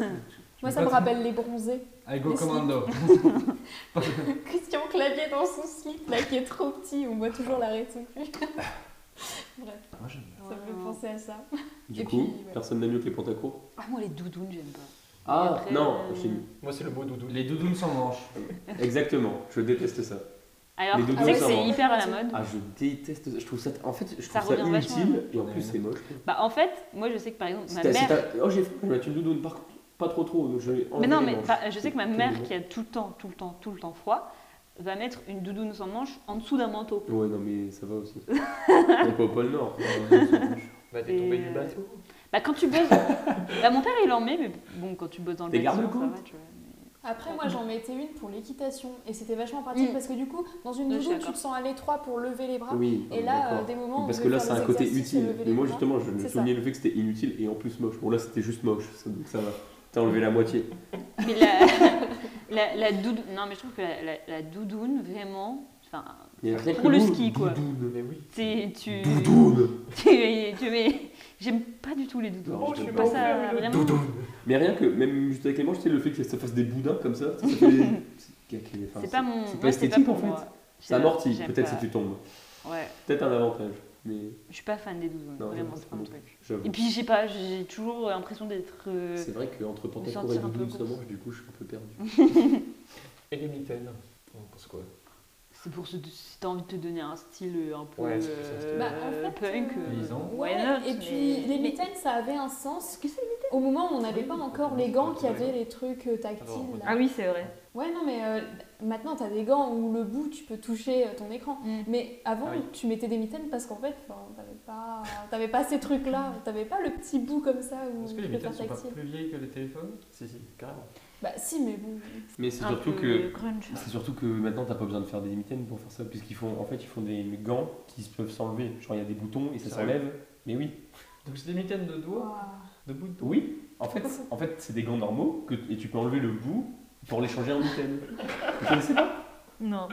[SPEAKER 6] Moi, ça me rappelle les bronzés.
[SPEAKER 2] I go
[SPEAKER 6] Les
[SPEAKER 2] [LAUGHS] commando.
[SPEAKER 6] Christian Clavier dans son slip, là, qui est trop petit, on voit toujours la raie de son cul. [LAUGHS] Bref,
[SPEAKER 2] Moi, j'aime bien.
[SPEAKER 6] ça me fait penser à ça.
[SPEAKER 4] Du
[SPEAKER 6] Et
[SPEAKER 4] coup,
[SPEAKER 6] puis, ouais.
[SPEAKER 4] personne n'a mieux que les pantacours.
[SPEAKER 3] Ah, moi les doudounes, j'aime pas.
[SPEAKER 4] Ah
[SPEAKER 3] après,
[SPEAKER 4] non,
[SPEAKER 3] euh,
[SPEAKER 4] j'ai-
[SPEAKER 7] [LAUGHS] Moi, c'est le mot doudou.
[SPEAKER 2] Les doudounes sans manches.
[SPEAKER 4] exactement, je déteste ça.
[SPEAKER 3] Alors,
[SPEAKER 4] Les
[SPEAKER 3] tu
[SPEAKER 4] doudounes,
[SPEAKER 3] sais que
[SPEAKER 4] ça
[SPEAKER 3] c'est
[SPEAKER 4] va.
[SPEAKER 3] hyper à la mode.
[SPEAKER 4] Ah, je déteste ça. Je trouve ça. En fait, je
[SPEAKER 3] Ça
[SPEAKER 4] trouve ça,
[SPEAKER 3] revient vachement à la
[SPEAKER 6] hein.
[SPEAKER 4] inutile et en
[SPEAKER 2] Ouais.
[SPEAKER 4] plus, c'est moche.
[SPEAKER 3] Bah, en fait, moi je sais que par exemple,
[SPEAKER 4] Si
[SPEAKER 3] ma
[SPEAKER 4] t'as- si
[SPEAKER 3] mère.
[SPEAKER 4] t'as- Oh, j'ai faim, je vais mettre une doudoune, par contre. Pas trop trop. donc je vais
[SPEAKER 3] Mais
[SPEAKER 4] enlever
[SPEAKER 3] non,
[SPEAKER 4] les
[SPEAKER 3] mais
[SPEAKER 4] manches.
[SPEAKER 3] bah, je sais que ma
[SPEAKER 4] Quel
[SPEAKER 3] mère
[SPEAKER 4] moment.
[SPEAKER 3] qui a tout le temps, tout le temps, tout le temps froid, va mettre une doudoune sans manche en dessous d'un manteau.
[SPEAKER 4] Ouais, non, mais ça va
[SPEAKER 6] [LAUGHS]
[SPEAKER 4] aussi. On est pas au pôle Nord. [LAUGHS] T'es
[SPEAKER 7] Bah, t'es tombé
[SPEAKER 3] Et,
[SPEAKER 7] du
[SPEAKER 3] euh,
[SPEAKER 7] bateau.
[SPEAKER 3] Bah quand tu bosses,
[SPEAKER 4] [LAUGHS]
[SPEAKER 3] bah mon père il en met, mais bon quand tu bosses dans le
[SPEAKER 4] Des
[SPEAKER 3] bâtiment, ça
[SPEAKER 4] garde-côtes.
[SPEAKER 3] va, tu vois.
[SPEAKER 6] Après, moi, j'en mettais une pour l'équitation et c'était vachement pratique
[SPEAKER 3] Mm.
[SPEAKER 6] parce que du coup, dans une
[SPEAKER 3] Ouais, je suis
[SPEAKER 6] doudoune, tu
[SPEAKER 3] d'accord.
[SPEAKER 6] te sens à l'étroit pour lever les bras.
[SPEAKER 4] Oui.
[SPEAKER 6] Et
[SPEAKER 4] ah,
[SPEAKER 6] là,
[SPEAKER 4] d'accord.
[SPEAKER 6] euh, des moments où
[SPEAKER 4] Parce
[SPEAKER 6] on
[SPEAKER 4] que là,
[SPEAKER 6] devait
[SPEAKER 4] c'est
[SPEAKER 6] faire
[SPEAKER 4] un
[SPEAKER 6] des
[SPEAKER 4] côté
[SPEAKER 6] exercices et
[SPEAKER 4] utile.
[SPEAKER 6] lever
[SPEAKER 4] Mais
[SPEAKER 6] les
[SPEAKER 4] moi,
[SPEAKER 6] bras.
[SPEAKER 4] justement, je me
[SPEAKER 6] C'est ça.
[SPEAKER 4] souvenais le fait que c'était inutile et en plus moche. Bon, là, c'était juste moche. ça- Donc ça va. T'as enlevé la moitié.
[SPEAKER 3] Mais la, [LAUGHS] la, la doudoune, non mais je trouve que la, la- la doudoune vraiment, enfin
[SPEAKER 4] Il y a rien que
[SPEAKER 3] Pour le
[SPEAKER 4] mot
[SPEAKER 3] ski, quoi.
[SPEAKER 4] doudoune.
[SPEAKER 7] Mais oui.
[SPEAKER 3] t'es- tu,
[SPEAKER 4] Doudoune.
[SPEAKER 3] [LAUGHS] tu, tu mets, j'aime pas du tout les doudounes,
[SPEAKER 4] Non,
[SPEAKER 3] je
[SPEAKER 4] Oh, je
[SPEAKER 3] trouve
[SPEAKER 4] suis
[SPEAKER 3] pas
[SPEAKER 4] pas
[SPEAKER 3] ça vraiment.
[SPEAKER 4] Mais rien que, même juste avec les manches, tu sais, le fait que ça fasse des boudins comme ça,
[SPEAKER 3] [LAUGHS]
[SPEAKER 4] ça fait. c'est- enfin,
[SPEAKER 3] C'est pas mon,
[SPEAKER 4] c'est pas
[SPEAKER 3] moi,
[SPEAKER 4] esthétique,
[SPEAKER 3] pour
[SPEAKER 4] en fait.
[SPEAKER 3] moi. Je sais
[SPEAKER 4] Ça
[SPEAKER 3] pas,
[SPEAKER 4] amortit,
[SPEAKER 3] j'aime
[SPEAKER 4] peut-être
[SPEAKER 3] pas.
[SPEAKER 4] si tu tombes.
[SPEAKER 3] Ouais,
[SPEAKER 4] Peut-être un avantage, mais
[SPEAKER 3] je suis pas fan des doudounes,
[SPEAKER 4] Non,
[SPEAKER 3] vraiment
[SPEAKER 4] j'aime
[SPEAKER 3] c'est pas mon
[SPEAKER 4] pas.
[SPEAKER 3] truc.
[SPEAKER 4] j'avoue.
[SPEAKER 3] Et puis je sais pas, j'ai toujours l'impression d'être, euh,
[SPEAKER 4] C'est vrai qu'entre pantacourt et
[SPEAKER 3] sentir un peu
[SPEAKER 4] doudoune, ça
[SPEAKER 3] con.
[SPEAKER 4] manche, du coup, je suis un peu perdu.
[SPEAKER 7] Et les mitaines. On pense quoi
[SPEAKER 3] c'est pour ce, si t'as envie de te donner un style euh, un peu
[SPEAKER 7] Ouais, c'est plus un style.
[SPEAKER 3] euh,
[SPEAKER 6] Bah, en fait,
[SPEAKER 3] punk.
[SPEAKER 6] euh,
[SPEAKER 2] Paysan.
[SPEAKER 6] Ouais,
[SPEAKER 8] Why not,
[SPEAKER 6] et puis
[SPEAKER 8] mais-
[SPEAKER 6] les
[SPEAKER 8] mais-
[SPEAKER 6] mitaines, ça avait un sens. Au moment où on n'avait pas encore les gants qui avaient les trucs euh, tactiles. là.
[SPEAKER 8] Ah oui, c'est vrai.
[SPEAKER 6] Ouais, non, mais euh, maintenant, t'as des gants où le bout, tu peux toucher euh, ton écran.
[SPEAKER 3] Mm.
[SPEAKER 6] Mais avant,
[SPEAKER 7] Ah oui.
[SPEAKER 6] tu mettais des mitaines parce qu'en fait, enfin, t'avais pas, t'avais pas ces trucs-là.
[SPEAKER 8] Mm.
[SPEAKER 6] T'avais pas le petit bout comme ça où
[SPEAKER 2] Est-ce
[SPEAKER 6] tu
[SPEAKER 2] que les
[SPEAKER 6] peux
[SPEAKER 2] mitaines
[SPEAKER 6] faire
[SPEAKER 2] sont pas
[SPEAKER 6] tactile.
[SPEAKER 2] plus vieilles que les téléphones
[SPEAKER 7] Si, si, carrément.
[SPEAKER 6] Bah, si, mais bon.
[SPEAKER 4] Mais c'est
[SPEAKER 8] Un
[SPEAKER 4] surtout
[SPEAKER 8] peu
[SPEAKER 4] que.
[SPEAKER 8] Grunge.
[SPEAKER 4] C'est surtout que maintenant t'as pas besoin de faire des mitaines pour faire ça, puisqu'ils font en fait ils font des gants qui peuvent s'enlever. Genre il y a des boutons et ça
[SPEAKER 2] Sérieux
[SPEAKER 4] s'enlève. Mais oui,
[SPEAKER 2] Donc c'est des mitaines de doigts, de bout de doigt.
[SPEAKER 4] oui. En fait, en fait c'est des gants normaux que, et tu peux enlever le bout pour les changer en
[SPEAKER 3] [LAUGHS]
[SPEAKER 4] mitaines. Vous connaissez pas
[SPEAKER 8] Non.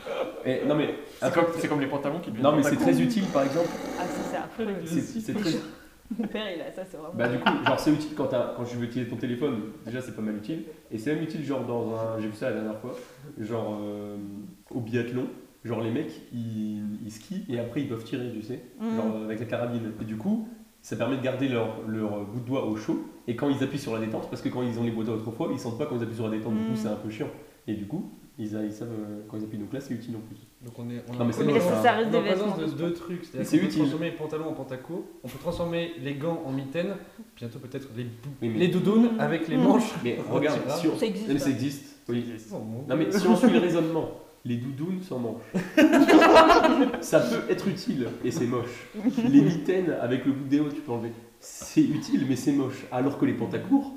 [SPEAKER 4] Eh, Non mais
[SPEAKER 7] C'est comme, c'est comme les pantalons qui deviennent
[SPEAKER 4] non mais c'est
[SPEAKER 7] pantacours.
[SPEAKER 4] très utile par exemple.
[SPEAKER 8] Ah, ça, c'est affreux.
[SPEAKER 4] C'est c'est très
[SPEAKER 8] Mon père, il a ça, c'est vraiment.
[SPEAKER 4] bah du coup genre c'est utile quand t'as- quand je veux utiliser ton téléphone. Déjà c'est pas mal utile et c'est même utile genre dans un j'ai vu ça la dernière fois genre euh, au biathlon. Genre les mecs ils, ils skient et après ils peuvent tirer tu sais.
[SPEAKER 8] Mm.
[SPEAKER 4] genre euh, avec la carabine. Et du coup, ça permet de garder leur, leur euh, bout de doigt au chaud. Et quand ils appuient sur la détente, parce que quand ils ont les boîtes à autrefois, ils sentent pas quand ils appuient sur la détente. Du
[SPEAKER 8] Mm.
[SPEAKER 4] coup, c'est un peu chiant. Et du coup, ils, a- ils savent euh, quand ils appuient. Donc là, c'est utile en plus.
[SPEAKER 2] Donc on est. On
[SPEAKER 4] Non, mais c'est
[SPEAKER 2] on
[SPEAKER 4] Mais
[SPEAKER 2] en-
[SPEAKER 8] ça reste
[SPEAKER 2] on est
[SPEAKER 8] des
[SPEAKER 2] en présence
[SPEAKER 8] vêtements.
[SPEAKER 2] de deux trucs.
[SPEAKER 4] Mais
[SPEAKER 2] C'est-à-dire
[SPEAKER 4] c'est
[SPEAKER 2] qu'on peut
[SPEAKER 4] utile.
[SPEAKER 2] transformer les pantalons en pantacourt, on peut transformer les gants en mitaines, bientôt peut-être les, bou-
[SPEAKER 4] Oui, mais-
[SPEAKER 2] les doudounes avec les
[SPEAKER 8] Mm.
[SPEAKER 2] manches.
[SPEAKER 4] Mais regarde,
[SPEAKER 2] C'est
[SPEAKER 4] si on...
[SPEAKER 8] Ça
[SPEAKER 4] Non, mais
[SPEAKER 8] existe. hein.
[SPEAKER 4] ça existe. Oui.
[SPEAKER 2] Oh, mon
[SPEAKER 4] [LAUGHS] Non, mais si on suit le raisonnement, les doudounes sans manches. [LAUGHS] ça peut être utile et c'est moche. Les mitaines avec le bout des hauts, tu peux enlever. C'est utile, mais c'est moche. Alors que les pantacourts,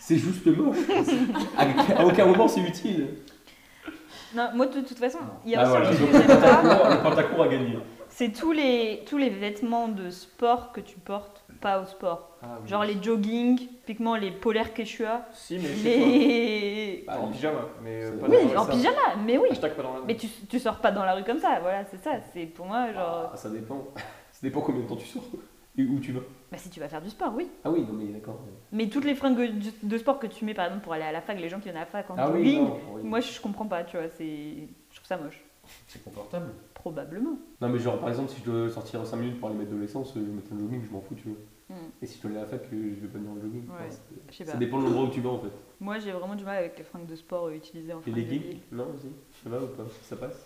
[SPEAKER 4] c'est juste moche. À à aucun moment, c'est utile.
[SPEAKER 8] Non, moi, de toute façon, il y a
[SPEAKER 4] Ah,
[SPEAKER 8] aussi
[SPEAKER 4] voilà.
[SPEAKER 8] un truc
[SPEAKER 4] Donc,
[SPEAKER 8] que
[SPEAKER 4] le
[SPEAKER 8] j'aime pas.
[SPEAKER 4] pantacourt- le pantacourt a gagné.
[SPEAKER 3] C'est tous les, tous les vêtements de sport que tu portes pas au sport.
[SPEAKER 10] Ah, oui.
[SPEAKER 3] Genre les jogging, typiquement les polaires Quechua,
[SPEAKER 10] Si, mais chez toi.
[SPEAKER 3] les...
[SPEAKER 10] Bah, en pyjama, mais euh, pas
[SPEAKER 4] C'est-
[SPEAKER 7] Ah,
[SPEAKER 10] dans
[SPEAKER 3] oui,
[SPEAKER 10] la
[SPEAKER 3] en
[SPEAKER 10] salle.
[SPEAKER 3] pyjama, mais oui.
[SPEAKER 10] Hashtag pas dans la
[SPEAKER 3] Mais tu, tu sors pas dans la rue comme ça, voilà, c'est ça. C'est pour moi, genre...
[SPEAKER 4] Ah, ça dépend. Ça dépend combien de temps tu sors et où tu vas.
[SPEAKER 3] Bah si tu vas faire du sport, oui.
[SPEAKER 4] Ah oui, non mais d'accord.
[SPEAKER 3] Mais toutes les fringues de, de sport que tu mets, par exemple, pour aller à la fac, les gens qui viennent à la fac en
[SPEAKER 4] Ah oui,
[SPEAKER 3] jogging,
[SPEAKER 4] non, oui.
[SPEAKER 3] moi je comprends pas, tu vois, c'est... Je trouve ça moche.
[SPEAKER 2] C'est confortable.
[SPEAKER 3] Probablement.
[SPEAKER 4] Non mais genre par exemple si je dois sortir 5 minutes pour aller mettre de l'essence, euh, je vais mettre un jogging, je m'en fous tu vois.
[SPEAKER 3] Mm.
[SPEAKER 4] Et si je dois aller à la fac, euh, je vais pas venir en jogging.
[SPEAKER 3] Ouais, Ah,
[SPEAKER 4] Enfin, c'est-
[SPEAKER 3] Je sais
[SPEAKER 4] ça
[SPEAKER 3] pas.
[SPEAKER 4] dépend de l'endroit où tu vas en fait.
[SPEAKER 3] Moi j'ai vraiment du mal avec les fringues de sport euh, utilisées en
[SPEAKER 4] Et
[SPEAKER 3] fringues
[SPEAKER 4] les
[SPEAKER 3] de
[SPEAKER 4] leggings
[SPEAKER 3] ville.
[SPEAKER 4] Non aussi Ça va ou pas Ça passe Ça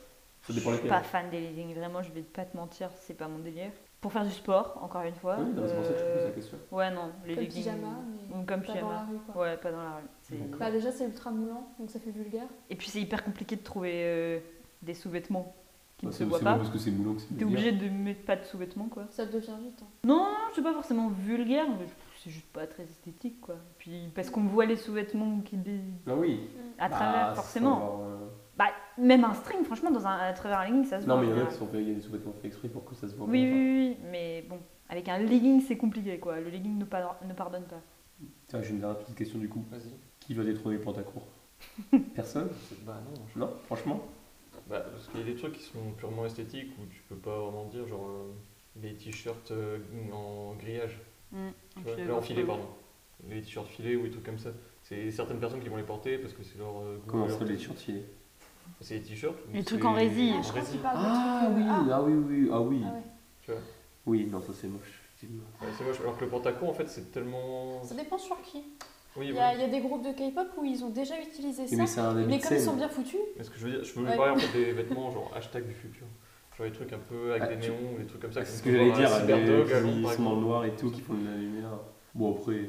[SPEAKER 3] Je
[SPEAKER 4] dépend
[SPEAKER 3] suis
[SPEAKER 4] lesquels.
[SPEAKER 3] pas fan des leggings, vraiment, je vais pas te mentir, c'est pas mon délire. Pour faire du sport, encore une fois.
[SPEAKER 4] Oui, non, c'est pour ça que je te pose la question.
[SPEAKER 3] euh, Ouais, non, les
[SPEAKER 6] Comme
[SPEAKER 3] leggings.
[SPEAKER 6] pyjama, mais
[SPEAKER 3] ou comme
[SPEAKER 6] pas dans la
[SPEAKER 3] pyjama.
[SPEAKER 6] rue, quoi.
[SPEAKER 3] Ouais, pas dans la rue. C'est-
[SPEAKER 4] D'accord.
[SPEAKER 6] Bah déjà c'est ultra moulant, donc ça fait vulgaire.
[SPEAKER 3] Et puis c'est hyper compliqué de trouver euh, des sous-vêtements qui
[SPEAKER 4] Bah,
[SPEAKER 3] ne
[SPEAKER 4] c'est-
[SPEAKER 3] se voient
[SPEAKER 4] c'est bon
[SPEAKER 3] pas.
[SPEAKER 4] parce que c'est moulant que c'est
[SPEAKER 3] T'es obligé de mettre pas de sous-vêtements quoi.
[SPEAKER 6] Ça devient vite. hein.
[SPEAKER 3] Non, c'est pas forcément vulgaire, mais c'est juste pas très esthétique quoi. Puis parce qu'on voit les sous-vêtements qui dé-
[SPEAKER 4] Ah oui.
[SPEAKER 3] à travers
[SPEAKER 4] Bah,
[SPEAKER 3] forcément.
[SPEAKER 4] alors, euh,
[SPEAKER 3] Bah même un string franchement dans un à travers un legging ça se
[SPEAKER 4] Non
[SPEAKER 3] voit.
[SPEAKER 4] mais il y en a
[SPEAKER 3] en
[SPEAKER 4] qui
[SPEAKER 3] général.
[SPEAKER 4] sont faits, il y a des sous-vêtements faits exprès pour que ça se voit.
[SPEAKER 3] Oui,
[SPEAKER 4] bien.
[SPEAKER 3] oui, oui, oui, mais bon, avec un legging c'est compliqué quoi. Le legging ne, par- ne pardonne pas.
[SPEAKER 4] Tiens, j'ai une dernière petite question du coup.
[SPEAKER 10] Vas-y.
[SPEAKER 4] Qui va détrôner
[SPEAKER 3] [LAUGHS]
[SPEAKER 4] Pantacourt Personne
[SPEAKER 10] Bah non. je-
[SPEAKER 4] Non Franchement
[SPEAKER 7] Bah, parce qu'il y a des trucs qui sont purement esthétiques où tu peux pas vraiment dire, genre euh, les t-shirts euh, en grillage, tu vois, euh, en filet, pardon. Les t-shirts filets ou des trucs comme ça. C'est certaines personnes qui vont les porter parce que c'est leur euh, goût.
[SPEAKER 4] Comment
[SPEAKER 7] leur
[SPEAKER 4] ça les
[SPEAKER 7] truc.
[SPEAKER 4] t-shirts filés
[SPEAKER 7] C'est les t-shirts.
[SPEAKER 3] Les
[SPEAKER 7] donc
[SPEAKER 3] trucs
[SPEAKER 7] c'est-
[SPEAKER 3] en résille.
[SPEAKER 6] Ah,
[SPEAKER 7] en
[SPEAKER 6] je crois que tu
[SPEAKER 7] résille.
[SPEAKER 6] parles de
[SPEAKER 4] Ah
[SPEAKER 6] trucs,
[SPEAKER 4] oui,
[SPEAKER 6] euh, ah.
[SPEAKER 4] ah oui, oui, ah oui.
[SPEAKER 6] Ah ouais.
[SPEAKER 4] Oui, non, ça c'est moche. effectivement.
[SPEAKER 7] Ouais, c'est moche. Alors que le pantacourt, en fait, c'est tellement.
[SPEAKER 6] ah, Ça dépend sur qui.
[SPEAKER 7] Oui,
[SPEAKER 6] Il y,
[SPEAKER 7] voilà.
[SPEAKER 6] a, il y a des groupes de K-pop où ils ont déjà utilisé
[SPEAKER 4] Mais
[SPEAKER 6] ça,
[SPEAKER 4] c'est un habit
[SPEAKER 6] mais
[SPEAKER 4] de
[SPEAKER 6] comme
[SPEAKER 4] scène.
[SPEAKER 6] ils sont bien foutus,
[SPEAKER 7] Mais ce que je veux dire, je peux
[SPEAKER 6] Ouais.
[SPEAKER 7] parler en fait des vêtements genre hashtag du futur. Genre des trucs un peu avec
[SPEAKER 4] Ah,
[SPEAKER 7] des
[SPEAKER 4] tu-
[SPEAKER 7] néons, des trucs comme ça.
[SPEAKER 4] C'est
[SPEAKER 7] qu'on
[SPEAKER 4] ce
[SPEAKER 7] peut
[SPEAKER 4] que j'allais
[SPEAKER 7] voir à
[SPEAKER 4] dire,
[SPEAKER 7] Superdog, à
[SPEAKER 4] les
[SPEAKER 7] Londres,
[SPEAKER 4] qui
[SPEAKER 7] par
[SPEAKER 4] sont en
[SPEAKER 7] exemple.
[SPEAKER 4] noir et tout, qui font de la lumière. Bon, après, euh,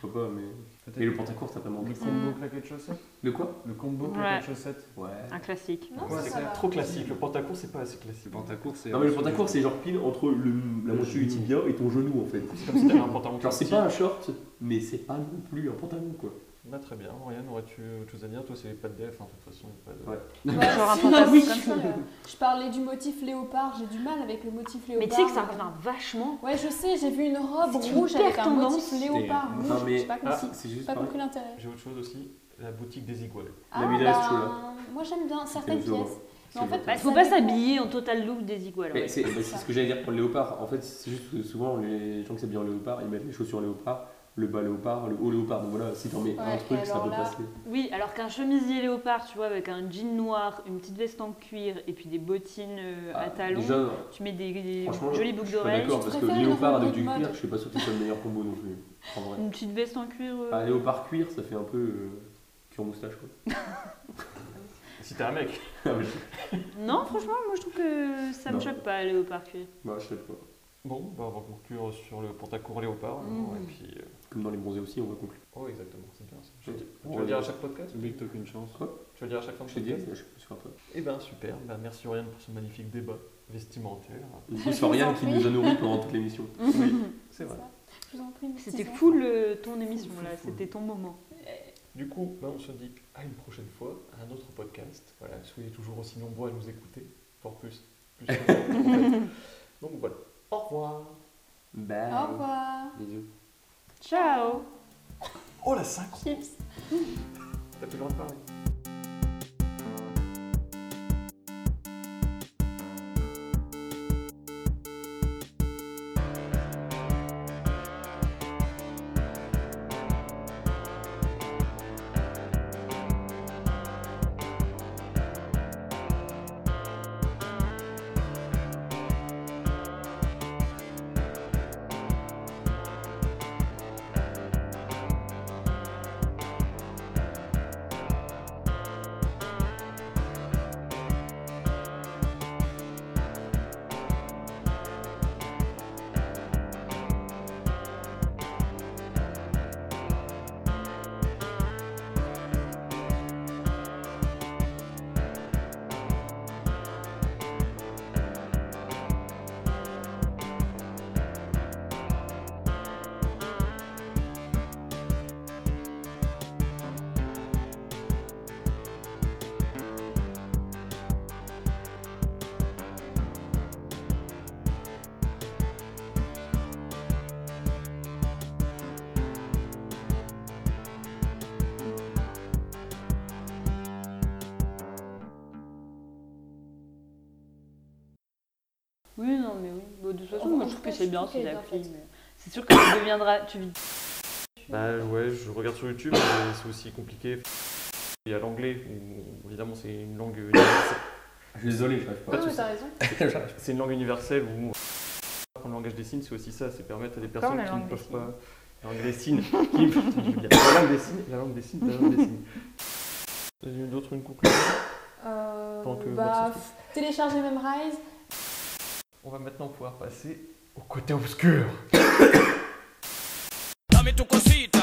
[SPEAKER 4] pourquoi pas, mais.
[SPEAKER 2] Peut-être
[SPEAKER 4] Et le pantacourt, t'as pas
[SPEAKER 2] le
[SPEAKER 4] manqué.
[SPEAKER 2] combo claquette chaussette
[SPEAKER 4] De quoi
[SPEAKER 2] Le combo
[SPEAKER 3] Ouais.
[SPEAKER 2] claquette chaussette
[SPEAKER 4] Ouais.
[SPEAKER 6] Ah.
[SPEAKER 11] Un classique.
[SPEAKER 6] non,
[SPEAKER 7] Ouais,
[SPEAKER 6] ça,
[SPEAKER 7] c'est
[SPEAKER 6] ça va.
[SPEAKER 7] trop classique. Le pantacourt, c'est pas assez classique.
[SPEAKER 2] pantacourt, c'est.
[SPEAKER 4] Non, mais le pantacourt, c'est genre pile entre le- la moitié du tibia et ton genou en fait.
[SPEAKER 7] C'est comme si t'avais un pantalon
[SPEAKER 4] Genre, c'est
[SPEAKER 7] classique.
[SPEAKER 4] pas un short, mais c'est pas non plus un pantalon quoi.
[SPEAKER 7] Bah, très bien. Oriane, aurais-tu autre chose à dire Toi, c'est pas de def, hein, de toute façon. pas de-
[SPEAKER 4] Ouais.
[SPEAKER 6] Ouais,
[SPEAKER 3] Genre un
[SPEAKER 6] si,
[SPEAKER 3] pantalon
[SPEAKER 6] oui.
[SPEAKER 3] comme ça, là.
[SPEAKER 6] Je parlais du motif léopard, j'ai du mal avec le motif léopard.
[SPEAKER 11] Mais tu sais que ça revient vachement.
[SPEAKER 6] Ouais, je sais, j'ai vu une robe
[SPEAKER 11] C'est une
[SPEAKER 6] rouge avec
[SPEAKER 11] hyper
[SPEAKER 6] un
[SPEAKER 11] tendance.
[SPEAKER 6] motif léopard
[SPEAKER 4] Putain,
[SPEAKER 6] rouge.
[SPEAKER 4] mais- ah,
[SPEAKER 6] J'ai pas compris,
[SPEAKER 4] C'est juste
[SPEAKER 6] j'ai pas
[SPEAKER 4] pareil.
[SPEAKER 6] compris l'intérêt. Ah,
[SPEAKER 7] J'ai autre chose aussi, la boutique des iguales.
[SPEAKER 4] La médaille, tu vois,
[SPEAKER 6] bah, moi j'aime bien certaines
[SPEAKER 4] C'est le
[SPEAKER 6] pièces.
[SPEAKER 4] zoo.
[SPEAKER 6] Mais en
[SPEAKER 4] C'est
[SPEAKER 6] fait,
[SPEAKER 4] le-
[SPEAKER 11] Bah,
[SPEAKER 6] ça
[SPEAKER 11] faut pas
[SPEAKER 6] dépend.
[SPEAKER 11] s'habiller en total look des iguales.
[SPEAKER 4] Mais
[SPEAKER 11] ouais.
[SPEAKER 4] c'est mais c'est ce que j'allais dire pour le léopard. En fait, c'est juste que souvent les gens qui s'habillent en léopard, ils mettent les chaussures léopard, le bas léopard, le haut léopard. Donc voilà, si t'en mets un
[SPEAKER 6] Ouais,
[SPEAKER 4] truc,
[SPEAKER 6] et
[SPEAKER 4] ça
[SPEAKER 6] alors
[SPEAKER 4] peut
[SPEAKER 6] là-
[SPEAKER 4] passer.
[SPEAKER 11] Oui, alors qu'un chemisier léopard, tu vois, avec un jean noir, une petite veste en cuir et puis des bottines euh, à
[SPEAKER 4] Ah,
[SPEAKER 11] talons,
[SPEAKER 4] Déjà,
[SPEAKER 11] tu mets des, des
[SPEAKER 4] Franchement,
[SPEAKER 11] jolies boucles
[SPEAKER 4] je suis pas
[SPEAKER 11] d'oreilles,
[SPEAKER 4] d'accord parce que
[SPEAKER 6] préfères une
[SPEAKER 4] léopard avec
[SPEAKER 6] remarque
[SPEAKER 4] du
[SPEAKER 6] de
[SPEAKER 4] cuir,
[SPEAKER 6] mode.
[SPEAKER 4] je sais pas sûr que c'est le meilleur combo non plus. En vrai.
[SPEAKER 11] une petite veste en cuir. euh,
[SPEAKER 4] Ah, léopard cuir, ça fait un peu euh, cuir moustache quoi. [LAUGHS]
[SPEAKER 7] Si t'es un mec,
[SPEAKER 4] Ah, mais
[SPEAKER 11] Non, franchement, moi je trouve que ça me
[SPEAKER 4] Non.
[SPEAKER 11] choque pas aller au parc. euh.
[SPEAKER 4] bah, je sais pas.
[SPEAKER 7] bon, bah, on va conclure sur le pantacourt léopard.
[SPEAKER 11] Mm.
[SPEAKER 7] hein, Et puis. euh,
[SPEAKER 4] Comme dans les bronzés aussi, on va conclure.
[SPEAKER 7] Oh, exactement, c'est bien ça. Je-
[SPEAKER 4] Ouais.
[SPEAKER 7] Tu
[SPEAKER 4] Ouais.
[SPEAKER 7] veux le dire à chaque podcast
[SPEAKER 2] Mais que t'as aucune chance.
[SPEAKER 7] Tu veux le dire à chaque fin de
[SPEAKER 4] Je t'ai dit,
[SPEAKER 7] podcast
[SPEAKER 4] je suis sûr
[SPEAKER 6] [LAUGHS]
[SPEAKER 4] toi.
[SPEAKER 7] Eh ben super, Bah, merci Oriane pour ce magnifique débat vestimentaire.
[SPEAKER 4] Il n'y a rien qui nous a nourris pendant toute
[SPEAKER 6] [LAUGHS]
[SPEAKER 4] l'émission.
[SPEAKER 7] C'est vrai.
[SPEAKER 6] Je vous en prie, mes petits
[SPEAKER 11] C'était
[SPEAKER 6] enfants.
[SPEAKER 11] cool euh, ton émission
[SPEAKER 7] Fou, fou,
[SPEAKER 11] là,
[SPEAKER 7] fou.
[SPEAKER 11] c'était ton moment.
[SPEAKER 7] Du coup, bah, on se dit à une prochaine fois, à un autre podcast. Voilà, soyez toujours aussi nombreux à nous écouter, fort plus. plus nombreux, en fait. Donc voilà, au revoir.
[SPEAKER 4] Bye.
[SPEAKER 6] Au revoir. Ah,
[SPEAKER 4] Bisous.
[SPEAKER 11] Ciao
[SPEAKER 7] Oh la 5
[SPEAKER 6] Chips.
[SPEAKER 7] T'as plus le droit de parler.
[SPEAKER 3] Oui, non, mais oui.
[SPEAKER 11] Bah,
[SPEAKER 3] Bon, de toute façon,
[SPEAKER 6] Enfin, en
[SPEAKER 3] moi, je
[SPEAKER 6] tout
[SPEAKER 3] trouve
[SPEAKER 6] cas,
[SPEAKER 3] que
[SPEAKER 6] je
[SPEAKER 3] c'est
[SPEAKER 6] trouve
[SPEAKER 3] bien
[SPEAKER 6] qu'elle
[SPEAKER 3] ces
[SPEAKER 6] est bien
[SPEAKER 3] applis.
[SPEAKER 6] faite.
[SPEAKER 3] mais C'est sûr que
[SPEAKER 11] [COUGHS]
[SPEAKER 3] tu deviendras. Tu vis.
[SPEAKER 7] Bah ouais, je regarde sur YouTube, mais c'est aussi compliqué. Il y a l'anglais, où évidemment c'est une langue [LAUGHS] universelle.
[SPEAKER 9] Je suis désolé, je n'arrive
[SPEAKER 6] Ouais,
[SPEAKER 9] pas.
[SPEAKER 6] mais t'as raison.
[SPEAKER 7] c'est une langue universelle où apprendre le langage des signes, c'est aussi ça, c'est permettre à des personnes
[SPEAKER 8] la
[SPEAKER 7] qui
[SPEAKER 8] langue
[SPEAKER 7] ne
[SPEAKER 8] des
[SPEAKER 7] peuvent
[SPEAKER 8] signes.
[SPEAKER 7] pas la langue des signes, qui [LAUGHS] putain, je veux dire, la langue des signes, la langue des signes, la langue des
[SPEAKER 8] [LAUGHS]
[SPEAKER 7] signes. Vous avez D'autres une conclusion
[SPEAKER 6] Euh,
[SPEAKER 7] Tant que
[SPEAKER 6] bah,
[SPEAKER 7] votre
[SPEAKER 6] pff, télécharger Memrise.
[SPEAKER 7] On va maintenant pouvoir passer au côté obscur.
[SPEAKER 5] Dame, tu cosita.